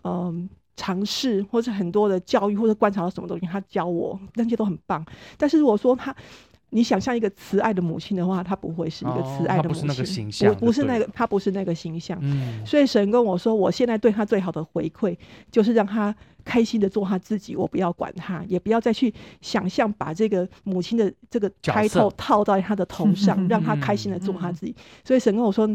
S4: 嗯尝试，或是很多的教育，或者观察到什么东西，她教我那些都很棒。但是如果说她，你想象一个慈爱的母亲的话，她不会是一个
S2: 哦
S4: 慈爱
S2: 她
S4: 的
S2: 不是
S4: 母亲，
S2: 那个形象
S4: 不
S2: 就
S4: 不是
S2: 对
S4: 那个
S2: 了
S4: 她不是那个形象。
S2: 嗯，
S4: 所以神跟我说，我现在对他最好的回馈就是让他开心的做他自己，我不要管他，也不要再去想象把这个母亲的这个
S2: 角
S4: 开头
S2: 色嗯
S4: 套到他的头 上，让他开心的做他自己。所以神跟我说，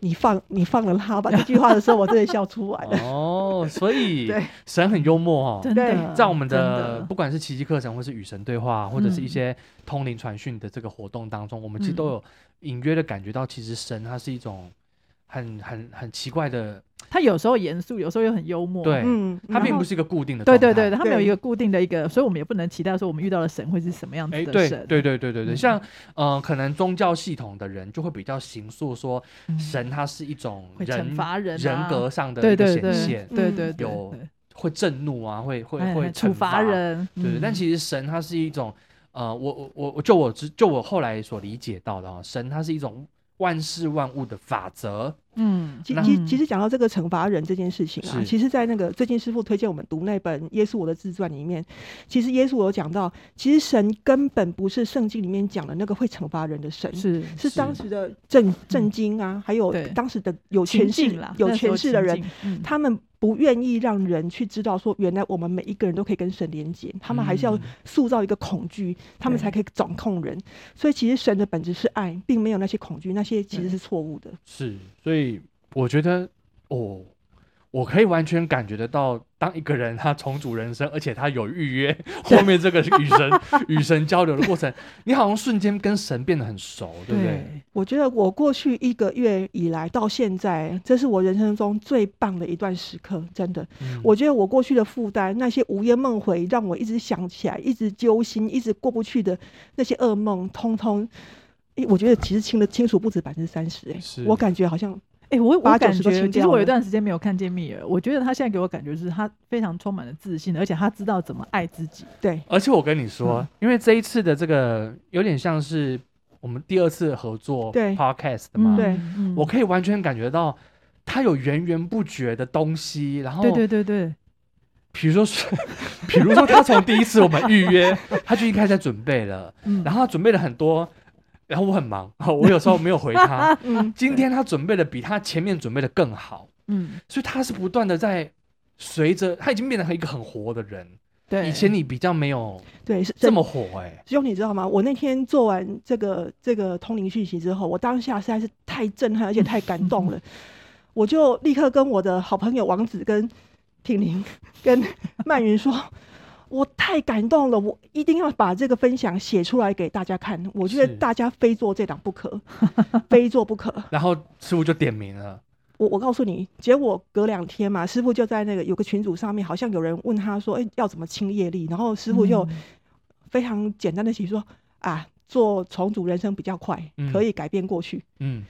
S4: 你放你放了他吧。这句话的时候，我真的笑出来了。
S2: 哦，所以
S4: 对
S2: 神很幽默哦，
S3: 真的
S4: 对
S2: 在我们
S3: 真
S2: 的不管是奇迹课程，或是与神对话，或者是一些通灵传讯的这个活动当中，我们其实都有隐约的感觉到，其实神它是一种很很很奇怪的，
S3: 她有时候严肃，有时候又很幽默。
S2: 对
S4: 嗯，
S2: 它并
S4: 然后
S2: 不是一个固定的
S3: 对
S2: 状
S3: 对
S2: 态。
S3: 对，他们有
S4: 对
S3: 一个固定的一个，所以我们也不能期待说我们遇到的神会是什么样子
S2: 哎，
S3: 的
S2: 对
S3: 神。
S2: 对对对对对，
S3: 嗯
S2: 像呃，可能宗教系统的人就会比较形塑说，
S3: 嗯
S2: 神它是一种
S3: 会惩
S2: 人
S3: 罚人
S2: 人
S3: 啊
S2: 格上的
S3: 对
S2: 一个
S3: 对
S2: 显
S3: 对
S2: 现，嗯
S3: 对对对
S2: 有
S3: 对
S2: 会震怒啊，会会
S3: 哎
S2: 会
S3: 处
S2: 惩
S3: 罚人。
S2: 对对，但
S3: 嗯
S2: 其实神它是一种，呃，我我我我就我知就我后来所理解到的哈、神它是一种万事万物的法则，
S3: 嗯
S4: 其
S2: 那
S4: 其其实讲到这个惩罚人这件事情啊
S2: 是，
S4: 其实，在那个最近师傅推荐我们读那本《耶稣我的自传》里面，其实耶稣有讲到，其实神根本不是圣经里面讲的那个会惩罚人的神，
S3: 是嗯
S4: 是
S2: 是
S4: 当时的震震惊啊，还有
S3: 对
S4: 当时的有
S3: 情
S4: 权势
S3: 境啦，
S4: 有
S3: 那时候
S4: 权势的
S3: 情
S4: 人
S3: 境，，嗯
S4: 他们不愿意让人去知道说，原来我们每一个人都可以跟神连接，他们还是要
S2: 嗯
S4: 塑造一个恐惧，他们
S3: 对
S4: 才可以掌控人。所以其实神的本质是爱，并没有那些恐惧，那些其实是错误的。
S2: 是，所以我觉得哦，我可以完全感觉得到，当一个人他重组人生，而且他有预约后面这个与神与神交流的过程，你好像瞬间跟神变得很熟，对不对？
S3: 对
S4: 我觉得我过去一个月以来到现在，这是我人生中最棒的一段时刻，真的。
S2: 嗯
S4: 我觉得我过去的负担，那些午夜梦回，让我一直想起来，一直揪心，一直过不去的那些噩梦，通通，诶，我觉得其实清的清楚不止百分之三十，哎
S2: 是，
S4: 我感觉好像
S3: 哎、我我
S4: 八九
S3: 感
S4: 十都
S3: 觉，
S4: 清
S3: 其实
S4: 掉
S3: 我有一
S4: 了
S3: 段时间没有看见蜜儿，我觉得他现在给我感觉就是他非常充满了自信，而且他知道怎么爱自己。
S4: 对，
S2: 而且我跟你说，因为这一次的这个有点像是我们第二次合作
S4: 对
S2: podcast 的嘛，
S4: 对
S3: 嗯
S2: 我可以完全感觉到他有源源不绝的东西，然后
S3: 对对对对，
S2: 比如说是，比如说他从第一次我们预约，他就已经开始在准备了，
S3: 嗯。
S2: 然后他准备了很多，然后我很忙，我有时候没有回他
S4: 嗯，
S2: 啊今天他准备的比他前面准备的更好，
S3: 嗯，
S2: 所以他是不断的在随着他已经变成一个很活的人。
S3: 对，
S2: 以前你比较没有
S4: 对，是
S2: 这
S4: 真
S2: 么火哎、
S4: 师兄，你知道吗？我那天做完这个这个通灵讯息之后，我当下实在是太震撼，而且太感动了，我就立刻跟我的好朋友王子、跟挺玲、跟曼云说。我太感动了，我一定要把这个分享写出来给大家看。我觉
S2: 是
S4: 得大家非做这档不可，非做不可。
S2: 然后师傅就点名了，
S4: 我我告诉你，结果隔两天嘛，师傅就在那个有个群组上面，好像有人问他说：“哎、要怎么清业力？”然后师傅就
S3: 嗯
S4: 非常简单的写说啊，做重组人生比较快
S2: 嗯，
S4: 可以改变过去。
S2: 嗯，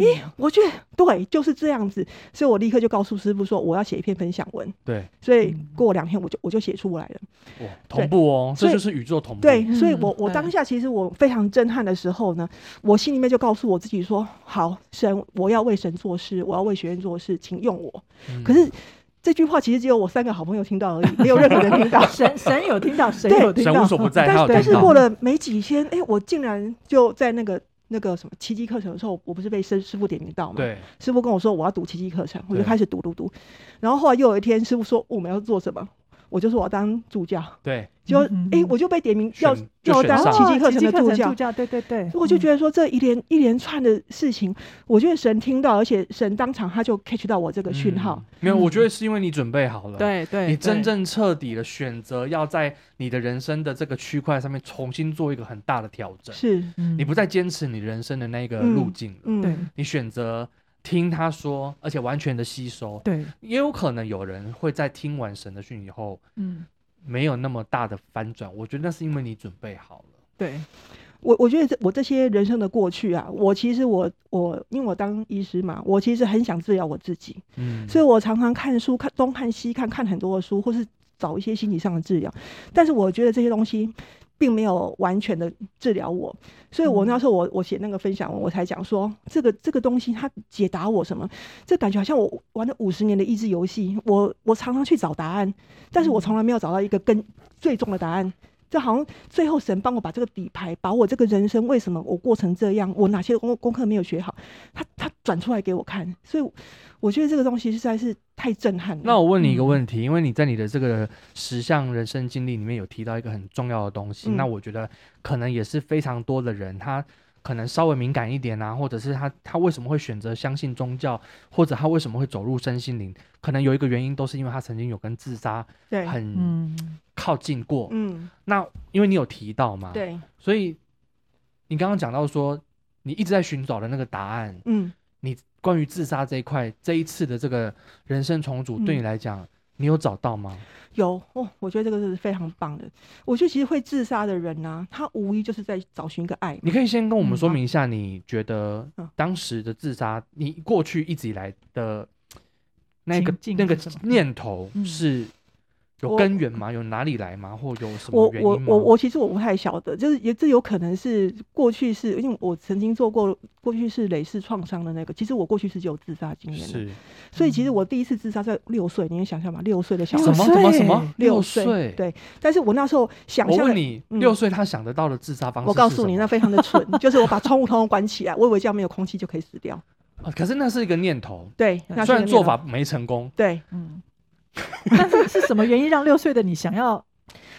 S4: 诶、
S3: 嗯
S4: 我觉得对，就是这样子，所以我立刻就告诉师傅说我要写一篇分享文，
S2: 对，
S4: 所以
S3: 嗯
S4: 过两天我就我就写出来了。
S2: 哇，同步哦，
S4: 所
S2: 这
S4: 以
S2: 就是宇宙同步，
S4: 对，所以我
S3: 嗯
S4: 我
S3: 对
S4: 当下其实我非常震撼的时候呢，我心里面就告诉我自己说，好，神，我要为神做事，我要为学院做事，请用我。
S2: 嗯
S4: 可是这句话其实只有我三个好朋友听到而已，没有任何人听 到。
S3: 神神有听到，神
S4: 对
S3: 有听
S2: 神
S3: 到，嗯
S2: 无所不在，
S4: 但
S2: 他有
S4: 是但
S2: 听
S4: 是
S2: 到，
S4: 过了没几天，哎、我竟然就在那个那个什么奇迹课程的时候，我不是被师师傅点名到吗？，
S2: 对，
S4: 师傅跟我说我要读奇迹课程，我就
S2: 对
S4: 开始读读读。然后后来又有一天，师傅说我们要做什么，我就说我要当助教，
S2: 对，
S4: 就哎、
S3: 嗯嗯
S4: 我就被点名要
S2: 选就
S4: 要
S2: 选
S4: 当
S2: 上
S4: 奇迹课程的
S3: 助
S4: 助教。
S3: 教，对对对，
S4: 我就
S3: 嗯
S4: 觉得说这一连一连串的事情，我觉得神听到，而且神当场他就 catch 到我这个讯号。
S2: 嗯没有，
S3: 嗯
S2: 我觉得是因为你准备好了，，
S3: 对对，
S2: 你真
S3: 对
S2: 正彻底的选择要在你的人生的这个区块上面重新做一个很大的调整，
S4: 是，
S3: 嗯
S2: 你不再坚持你人生的那个路径了，
S4: 嗯，
S3: 对
S2: 你选择听他说，而且完全的吸收。
S3: 对，
S2: 也有可能有人会在听完神的讯以后
S3: 嗯，
S2: 没有那么大的翻转，我觉得那是因为你准备好了。
S3: 对，
S4: 我我觉得这我这些人生的过去啊，我其实我我因为我当医师嘛，我其实很想治疗我自己，
S2: 嗯，
S4: 所以我常常看书，看东看西看，看很多的书，或是找一些心理上的治疗。但是我觉得这些东西并没有完全的治疗我，所以
S3: 嗯
S4: 我那时候我我写那个分享文，我才讲说这个这个东西它解答我什么？这感觉好像我玩了五十年的益智游戏，我我常常去找答案，但是我从来没有找到一个根最终的答案。这好像最后神帮我把这个底牌，把我这个人生为什么我过成这样，我哪些功功课没有学好，他他转出来给我看，所以我觉得这个东西实在是太震撼了。
S2: 那我问你一
S4: 嗯
S2: 个问题，因为你在你的这个十项人生经历里面有提到一个很重要的东西，
S4: 嗯
S2: 那我觉得可能也是非常多的人他。可能稍微敏感一点啊，或者是他他为什么会选择相信宗教，或者他为什么会走入身心灵，可能有一个原因都是因为他曾经有跟自杀
S4: 对，
S2: 很
S3: 嗯，
S2: 靠近过。
S4: 嗯，
S2: 那因为你有提到嘛，，
S4: 对，
S2: 所以你刚刚讲到说你一直在寻找的那个答案，
S4: 嗯，
S2: 你关于自杀这一块，这一次的这个人生重组，
S4: 嗯
S2: 对你来讲，你有找到吗？
S4: 有哦，我觉得这个是非常棒的。我觉得其实会自杀的人呢、他无疑就是在找寻一个爱嘛。
S2: 你可以先跟我们
S3: 嗯
S2: 说明一下，你觉得
S4: 嗯
S2: 当时的自杀，你过去一直以来的那个
S3: 情境
S2: 那个
S3: 是什么
S2: 念头
S3: 嗯
S2: 是有
S4: 我
S2: 根源吗？有哪里来吗？或有什么
S4: 我
S2: 原
S4: 我
S2: 因吗？
S4: 我我其实我不太晓得，就是也这有可能是过去是因为我曾经做过过去是累世创伤的那个，其实我过去是就有自杀经验的，
S2: 是嗯
S4: 所以其实我第一次自杀在六岁，你能想象吗？六岁的小
S2: 什
S4: 孩
S2: 么
S3: 六，
S2: 什
S3: 岁
S2: 么什么
S4: 六
S2: 岁？
S4: 对，但是我那时候想
S2: 我
S4: 象
S2: 问
S4: 的。
S2: 你，
S4: 嗯
S2: 六岁他想得到的自杀方式
S4: 我
S2: 是什么？
S4: 告诉你，那非常 的蠢，就是我把窗户通通关起来，我以为这样没有空气就可以死掉。
S2: 啊可是那是一个念头，
S4: 对，那
S2: 虽
S4: 是
S2: 然
S4: 个
S2: 做
S4: 念头
S2: 法没成功，
S4: 对
S3: 嗯， 但是是什么原因让六岁的你想要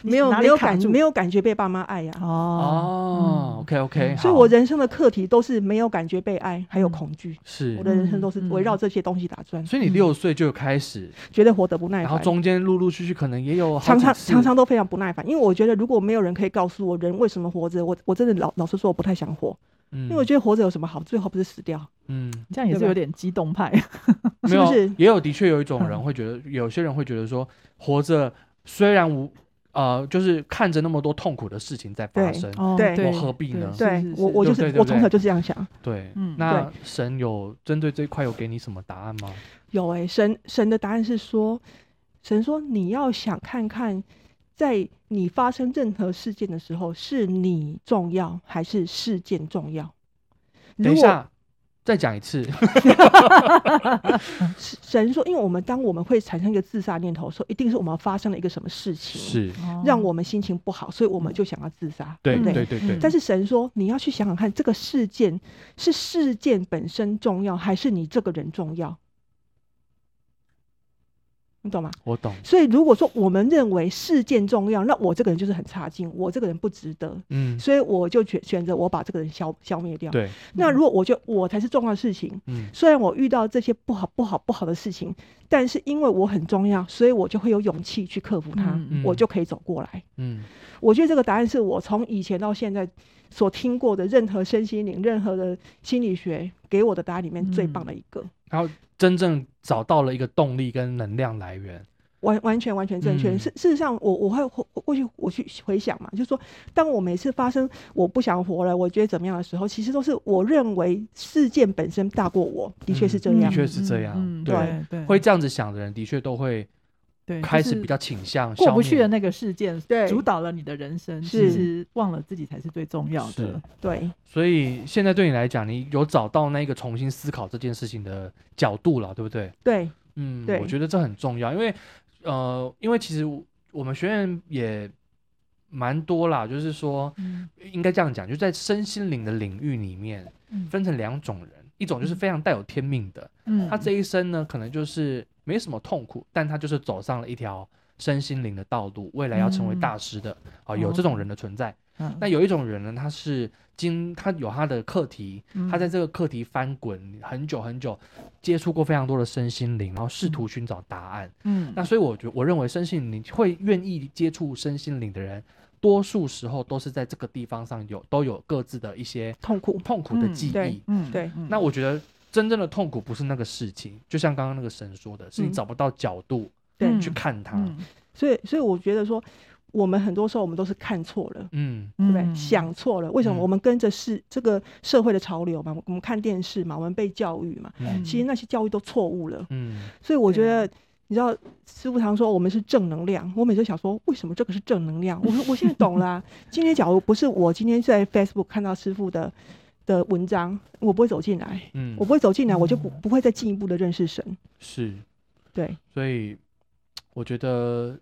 S3: 你
S4: 没有
S3: 哪里
S4: 没有
S3: 卡
S4: 感
S3: 住
S4: 没有感觉被爸妈爱呀、
S3: 哦，
S2: 哦
S3: 嗯
S2: ，OK OK，
S3: 嗯
S4: 所以我人生的课题都是没有感觉被爱，还有
S3: 嗯
S4: 恐惧。
S2: 是
S4: 我，的人生都是
S3: 嗯嗯
S4: 围绕这些东西打转，
S2: 所以你
S3: 嗯
S2: 六岁就开始，
S4: 觉得活得不耐
S2: 然后
S4: 烦。
S2: 中间陆陆续续可能也有好
S4: 常
S2: 几
S4: 常
S2: 次
S4: 常常都非常不耐烦，因为我觉得如果没有人可以告诉我人为什么活着，我我真的老老实说我不太想活，
S2: 嗯，
S4: 因为我觉得活着有什么好？最后不是死掉？
S2: 嗯，
S3: 这样也
S4: 对
S3: 是
S4: 吧
S3: 有点激动派，
S2: 没
S4: 是不
S2: 有
S4: 是，
S2: 也有的确有一种人
S3: 嗯
S2: 会觉得，有些人会觉得说，活着虽然无呃，就是看着那么多痛苦的事情在发
S4: 对
S2: 生，
S3: 哦
S4: 对
S2: 我何必呢
S4: 对
S3: 是是
S4: 我我
S2: 对
S4: 就
S2: 对
S4: 是
S2: 对
S4: 我从
S2: 对
S4: 小就这样想。
S2: 对，
S3: 嗯
S2: 那神有针对这一块有给你什么答案吗？
S4: 有诶、神神的答案是说，神说你要想看看，在你发生任何事件的时候，是你重要还是事件重要？
S2: 等
S4: 如
S2: 一
S4: 果
S2: 下。再讲一 次，
S4: 是神说，因为我们当我们会产生一个自杀念头的时候，一定是我们发生了一个什么事情，
S3: 哦
S4: 让我们心情不好，所以我们就想要自杀，
S2: 对
S4: 不
S2: 对
S4: 对？
S2: 对对，
S3: 嗯
S4: 但是神说，你要去想想看，这个事件是事件本身重要，还是你这个人重要？你懂吗？
S2: 我懂，
S4: 所以如果说我们认为事件重要，那我这个人就是很差劲，我这个人不值得，
S2: 嗯，
S4: 所以我就选选择我把这个人消消灭掉。
S2: 对，
S4: 那如果我觉得我才是重要的事情，
S2: 嗯，
S4: 虽然我遇到这些不好、不好、不好的事情，但是因为我很重要，所以我就会有勇气去克服它，
S3: 嗯
S4: 我就可以走过来。
S2: 嗯，
S4: 我觉得这个答案是我从以前到现在所听过的任何身心灵、任何的心理学给我的答案里面
S3: 嗯
S4: 最棒的一个，
S2: 然后真正找到了一个动力跟能量来源，
S4: 完完全完全正确。
S2: 嗯
S4: 事、事实上我，我会回过去我去回想嘛，就是说，当我每次发生我不想活了，我觉得怎么样的时候，其实都是我认为事件本身大过我，的确是这
S2: 嗯
S4: 样。
S2: 的确是这样
S3: 嗯嗯
S2: 对
S3: 对对，
S2: 会这样子想的人，的确都会
S3: 对
S2: 开
S3: 就
S2: 始
S3: 是
S2: 比较倾向
S3: 过不
S2: 消
S3: 去
S2: 灭
S3: 的那个事件，
S4: 对
S3: 主导了你的人生，其
S4: 是
S3: 实忘了自己才是最重要
S2: 是
S3: 的。
S4: 对，
S2: 所以现在对你来讲，你有找到那个重新思考这件事情的角度了，对不对？
S4: 对，
S2: 嗯，
S4: 对
S2: 我觉得这很重要，因为呃，因为其实我我们学院也蛮多啦，就是说
S3: 嗯
S2: 应该这样讲，就在身心灵的领域里面
S3: 嗯
S2: 分成两种人，一种就是非常带有天命的，
S3: 嗯
S2: 他这一生呢可能就是没什么痛苦，但他就是走上了一条身心灵的道路，未来要成为
S3: 嗯
S2: 大师的啊、有这种人的存在。
S3: 嗯
S2: 那有一种人呢，他是经他有他的课题，他在这个课题翻滚很久很久，接触过非常多的身心灵，然后试图寻找答案。
S3: 嗯
S2: 那所以我觉我认为身心灵会愿意接触身心灵的人，多数时候都是在这个地方上有都有各自的一些
S4: 痛苦。
S2: 痛苦的
S3: 嗯
S2: 记忆。
S4: 对
S3: 嗯
S4: 对
S3: 嗯
S2: 那我觉得真正的痛苦不是那个事情，就像刚刚那个神说的，是你
S4: 嗯
S2: 找不到角度
S4: 对
S3: 嗯
S2: 去看它。
S3: 嗯
S4: 所以所以我觉得说，我们很多时候我们都是看错了。
S2: 嗯
S4: 对
S3: 嗯，
S4: 不对？想错了，为什么
S2: 嗯
S4: 我们跟着是这个社会的潮流嘛？我们看电视嘛，我们被教育嘛，
S2: 嗯
S4: 其实那些教育都错误了。
S2: 嗯
S4: 所以我觉
S3: 对
S4: 得，你知道，师傅常说我们是正能量。我每次想说，为什么这个是正能量？我说我现在 懂啦、今天假如不是我今天在 Facebook 看到师傅的的文章，我不会走进来，
S2: 嗯，
S4: 我不会走进来，我就不不会再进一步的认识神。
S2: 是，
S4: 对，
S2: 所以我觉得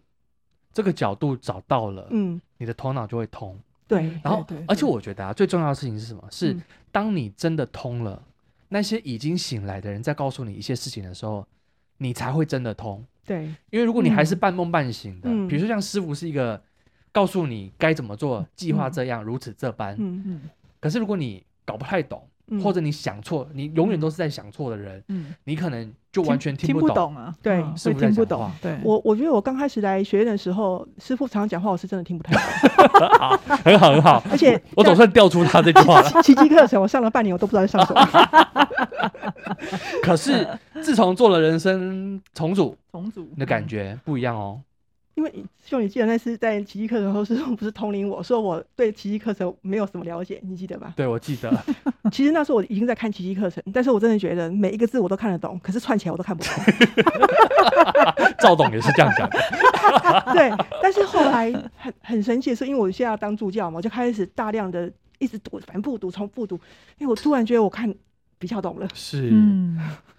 S2: 这个角度找到了，
S4: 嗯，
S2: 你的头脑就会通。
S4: 对，
S2: 然后
S3: 对对，
S2: 而且我觉得啊，最重要的事情是什么？是
S4: 嗯
S2: 当你真的通了，那些已经醒来的人在告诉你一些事情的时候，你才会真的通。
S4: 对，
S2: 因为如果你还是半梦半醒的，
S4: 嗯
S2: 比如说像师傅是一个告诉你该怎么做，计划
S3: 嗯
S2: 这样，如此这般。
S4: 嗯
S3: 嗯
S2: 可是如果你搞不太懂，
S4: 嗯，
S2: 或者你想错，你永远都是在想错的人，
S3: 嗯，
S2: 你可能就完全
S3: 听
S2: 不
S3: 不。懂啊，
S4: 对
S3: 嗯
S2: 师
S3: 会
S2: 傅在
S3: 听不
S2: 讲
S3: 懂
S2: 话，
S3: 对，
S4: 我我觉得我刚开始来学院的时候，师傅常常讲话，我是真的听不太 懂，
S2: 很好，很好，
S4: 而且
S2: 我总
S4: 在
S2: 算调出他这句 话了。
S4: 奇迹课程，我上了半年，我都不知道在上什么。
S2: 可是自从做了人生重组，
S3: 重组
S2: 你的感，觉不一样哦。？
S4: 因为师兄，你记得那次在奇迹课程的时候，师兄不是 通灵我说我对奇迹课程没有什么了解，你记得吧
S2: 对，我记得，
S4: 其实那时候我已经在看奇迹课程，但是我真的觉得每一个字我都看得懂，可是串起来我都看不懂。
S2: 赵董也是这样 讲的。
S4: 对，但是后来很很神奇的是，因为我现在要当助教嘛，我就开始大量的一直读，反复读，重复读，因为我突然觉得我看比较懂了。
S2: 是，
S3: 嗯，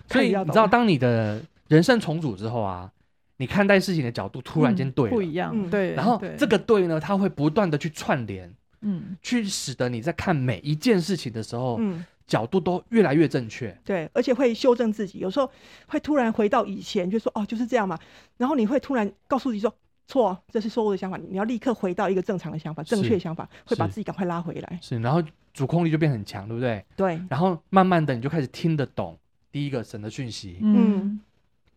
S2: 所以
S4: 看
S2: 你知
S4: 比较
S2: 道，
S4: 懂
S2: 当你的人生重组之后啊，你看待事情的角度突然间对
S3: 不
S2: 了，
S3: 一样，
S4: 嗯
S3: 对，
S2: 然后
S3: 对
S2: 这，个对呢，它会不断的去串联，
S3: 嗯
S2: 去使得你在看每一件事情的时候，
S4: 嗯，
S2: 角度都越来越正确。
S4: 对，而且会修正自己，有时候会突然回到以前，就说哦就是这样嘛，然后你会突然告诉自己说错，哦这是错误的想法，你要立刻回到一个正常的想法，正确
S2: 是
S4: 的想法，会把
S2: 是
S4: 自己赶快拉回来。
S2: 是，然后主控力就变很强，对不对？
S4: 对，
S2: 然后慢慢的你就开始听得懂第一个神的讯息，
S3: 嗯，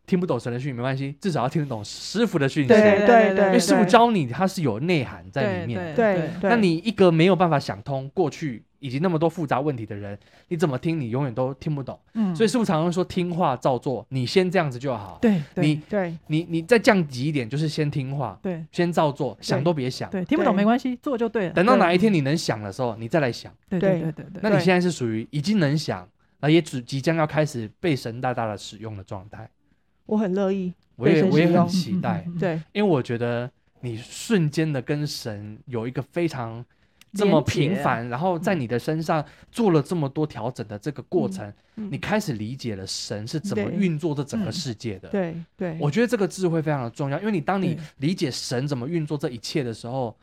S2: 听不懂神的讯息没关系，至少要听得懂师傅的讯息，
S4: 对
S3: 对对
S4: 对对，
S2: 因为师傅
S4: 对
S2: 教你，它是有内涵在
S3: 对
S2: 里面。
S4: 对，对
S2: 那你一个没有办法想通过去以及那么多复杂问题的人，你怎么听你永远都听不懂。
S3: 嗯，
S2: 所以师傅常常说听话照做，你先这样子就好。
S3: 对，对
S2: 你
S4: 对
S2: 你你再降级一点，就是先听话，
S3: 对
S2: 先照做，想都别想。
S3: 对，听不懂
S4: 对
S3: 没关系，做就对了。
S2: 等到
S3: 对
S2: 哪一天你能想的时候，你再来想。
S3: 对对对
S4: 对
S3: 对对，
S2: 那你现在是属于已经能想，那也只即将要开始被神大大的使用的状态。
S4: 我很乐意，
S2: 我也
S4: 被神
S2: 我也
S4: 使
S2: 很
S4: 用
S2: 期待，
S3: 嗯，
S4: 对
S2: 因为我觉得你瞬间的跟神有一个非常这么频繁，然后
S3: 嗯
S2: 在你的身上做了这么多调整的这个过程，
S4: 嗯
S2: 你开始理解了神是怎么
S4: 对
S2: 运作这整个
S3: 嗯
S2: 世界的。
S4: 对对，
S2: 我觉得这个智慧非常的重要，因为你当你
S3: 对
S2: 理解神怎么运作这一切的时候，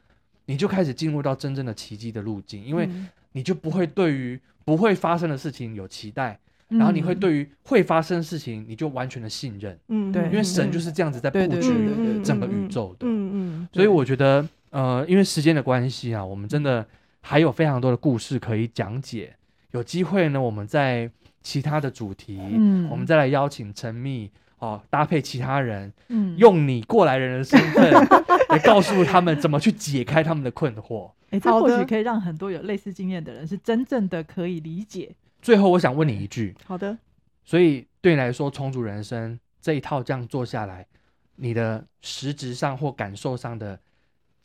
S2: 你就开始进入到真正的奇迹的路径，因为
S4: 嗯
S2: 你就不会对于不会发生的事情有期待，
S3: 嗯，
S2: 然后你会对于会发生的事情你就完全的信任，
S4: 嗯
S3: 对
S4: 嗯
S2: 因为神就是这样子在布
S3: 对对对嗯
S2: 局
S3: 对对
S2: 整个宇宙的。
S4: 嗯嗯，
S2: 所以我觉得，呃，因为时间的关系啊，我们真的还有非常多的故事可以讲解。有机会呢，我们在其他的主题，
S3: 嗯
S2: 我们再来邀请陈密哦，搭配其他人，
S3: 嗯
S2: 用你过来人的身 份来告诉他们怎么去解开他们的困惑。
S3: 哎，这
S4: 好
S3: 或
S4: 的
S3: 许可以让很多有类似经验的人是真正的可以理解。
S2: 最后，我想问你一句：
S4: 好的，
S2: 所以对你来说，重组人生这一套这样做下来，你的实质上或感受上的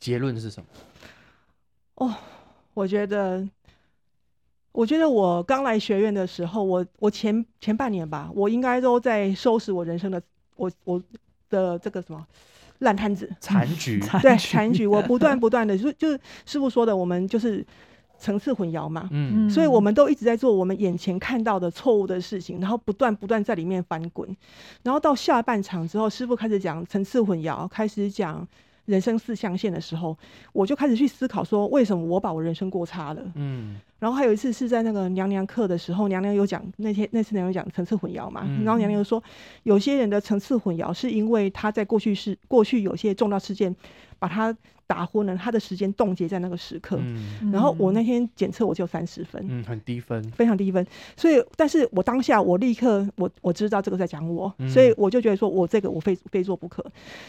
S2: 结论是什么？
S4: 我觉得。我觉得我刚来学院的时候，我我前前半年吧，我应该都在收拾我人生的我我的这个什么烂摊子，
S2: 残
S3: 嗯
S2: 局，
S4: 对残局，我不断不断的，就就是师傅说的，我们就是层次混淆嘛，
S2: 嗯
S4: 所以我们都一直在做我们眼前看到的错误的事情，然后不断不断在里面翻滚，然后到下半场之后，师傅开始讲层次混淆，开始讲人生四象限的时候，我就开始去思考说，为什么我把我人生过差了？
S2: 嗯
S4: 然后还有一次是在那个娘娘课的时候，娘娘有讲那天那次娘娘讲层次混淆嘛，
S2: 嗯
S4: 然后娘娘有说，有些人的层次混淆是因为他在过去是过去有些重大事件把他打昏了，他的时间冻结在那个时刻。
S2: 嗯
S3: 嗯，
S4: 然后我那天检测我只有三十分，
S2: 嗯，很低分，
S4: 非常低分，所以但是我当下我立刻我我知道这个在讲我，
S2: 嗯
S4: 所以我就觉得说我这个我非非做不可。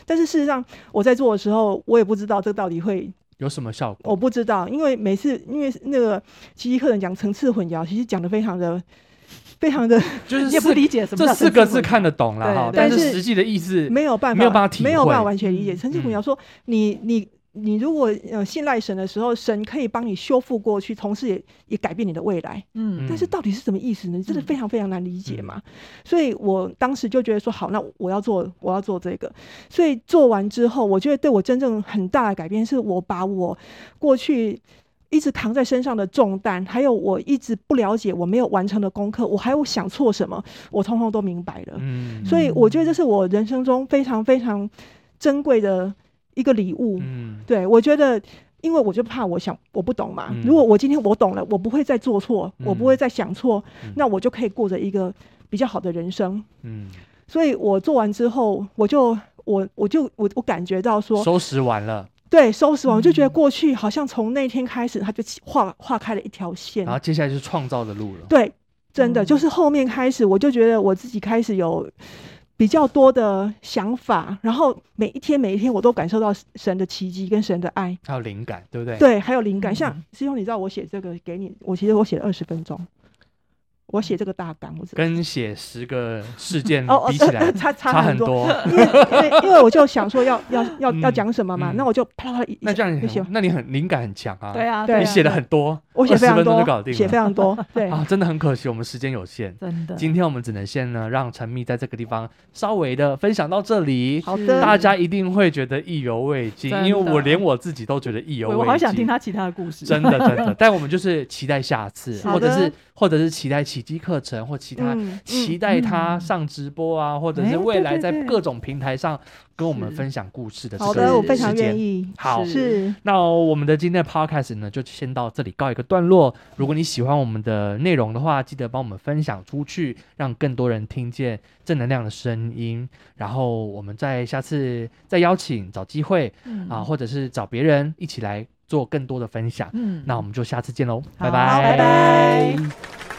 S4: 但是事实上我在做的时候，我也不知道这到底会
S2: 有什么效果？
S4: 我不知道，因为每次因为那个奇迹课程讲层次混淆，其实讲的非常的非常的
S2: 就是
S3: 你也不
S2: 四
S3: 理解什么
S2: 这
S3: 叫
S2: 四
S3: 陈
S2: 个
S3: 志
S2: 字
S3: 文
S2: 看得懂了
S3: 对
S2: 哈，
S3: 对
S2: 但
S4: 但是
S2: 实际的意思
S4: 没有办法，
S2: 没有办法体
S4: 没有办法
S2: 会
S4: 完全理解。
S3: 嗯
S4: 陈志古
S2: 嗯
S4: 讲说，你你你如果呃信赖神的时候，神可以帮你修复过去，同时也也改变你的未来。
S3: 嗯
S4: 但是到底是什么意思呢？真的
S3: 嗯
S4: 非常非常难理解
S2: 嗯
S4: 嘛。所以我当时就觉得说，好，那我要做，我要做这个。所以做完之后，我觉得对我真正很大的改变，是我把我过去一直扛在身上的重担，还有我一直不了解、我没有完成的功课，我还有想错什么，我通通都明白了。
S2: 嗯
S4: 所以我觉得这是我人生中非常非常珍贵的一个礼物。
S2: 嗯
S4: 对我觉得，因为我就怕我想我不懂嘛。
S2: 嗯
S4: 如果我今天我懂了，我不会再做错，我
S2: 嗯
S4: 不会再想错，
S2: 嗯
S4: 那我就可以过着一个比较好的人生。
S2: 嗯，
S4: 所以我做完之后，我就我我就我我感觉到说，
S2: 收拾完了，
S4: 对，收拾完我就觉得
S3: 嗯
S4: 过去好像从那天开始，它就起划划开了一条线
S2: 然。后接下来就是创造的路了。
S4: 对，真的、
S3: 嗯
S4: 就是后面开始，我就觉得我自己开始有比较多的想法，然后每一天每一天我都感受到神的奇迹跟神的爱，
S2: 还有灵感，对不对？，
S4: 对，还有灵感。像
S3: 嗯
S4: 师兄，你知道我写这个给你，我其实我写了二十分钟，我写这个大纲，我只
S2: 跟写十个事件
S4: 哦哦
S2: 比起来
S4: 差
S2: 差很
S4: 很多，
S2: 多，
S4: 因为因为因为我就想说要要要要
S2: 嗯
S4: 讲什么嘛，
S2: 嗯
S4: 那我就啪啦啪啦一
S2: 那这样你
S4: 就写
S2: 很，，那你很灵感很强啊。
S3: 对啊，
S4: 对
S2: 你
S3: 啊
S2: 写的很多，
S4: 我写
S2: 20
S4: 非常
S2: 分钟就
S4: 多
S2: 搞，定
S4: 写非
S2: 了
S4: 常多，对，嗯
S2: 啊，真的很可惜，我们时间有限。
S3: 真的，
S2: 今天我们只能先呢，让陈密在这个地方稍微的分享到这里，
S4: 好
S3: 是
S2: 大家一定会觉得意犹未尽，
S3: 真的
S2: 因为我连我自己都觉得意犹未
S3: 我
S2: 尽。
S3: 我好想听他其他的故事，
S2: 真的真的，但我们就是期待下次，
S3: 好
S2: 或者
S4: 的
S2: 是或者是期待奇迹课程或其他
S4: 嗯
S2: 期待他上直播啊，或者是未来在
S3: 哎对对对
S2: 各种平台上跟我们
S3: 是
S2: 分享故事的这
S4: 好
S2: 个
S4: 的，我非
S2: 时
S4: 常
S2: 间
S4: 愿。意，
S2: 好，
S3: 是
S4: 是，
S2: 那我们的今天的 podcast 呢，就先到这里告一个段落。如果你喜欢我们的内容的话，记得帮我们分享出去，让更多人听见正能量的声音。然后我们再下次再邀请，找机会
S3: 嗯
S2: 啊，，或者是找别人一起来做更多的分享。
S3: 嗯
S2: 那我们就下次见喽，拜
S3: 好拜拜。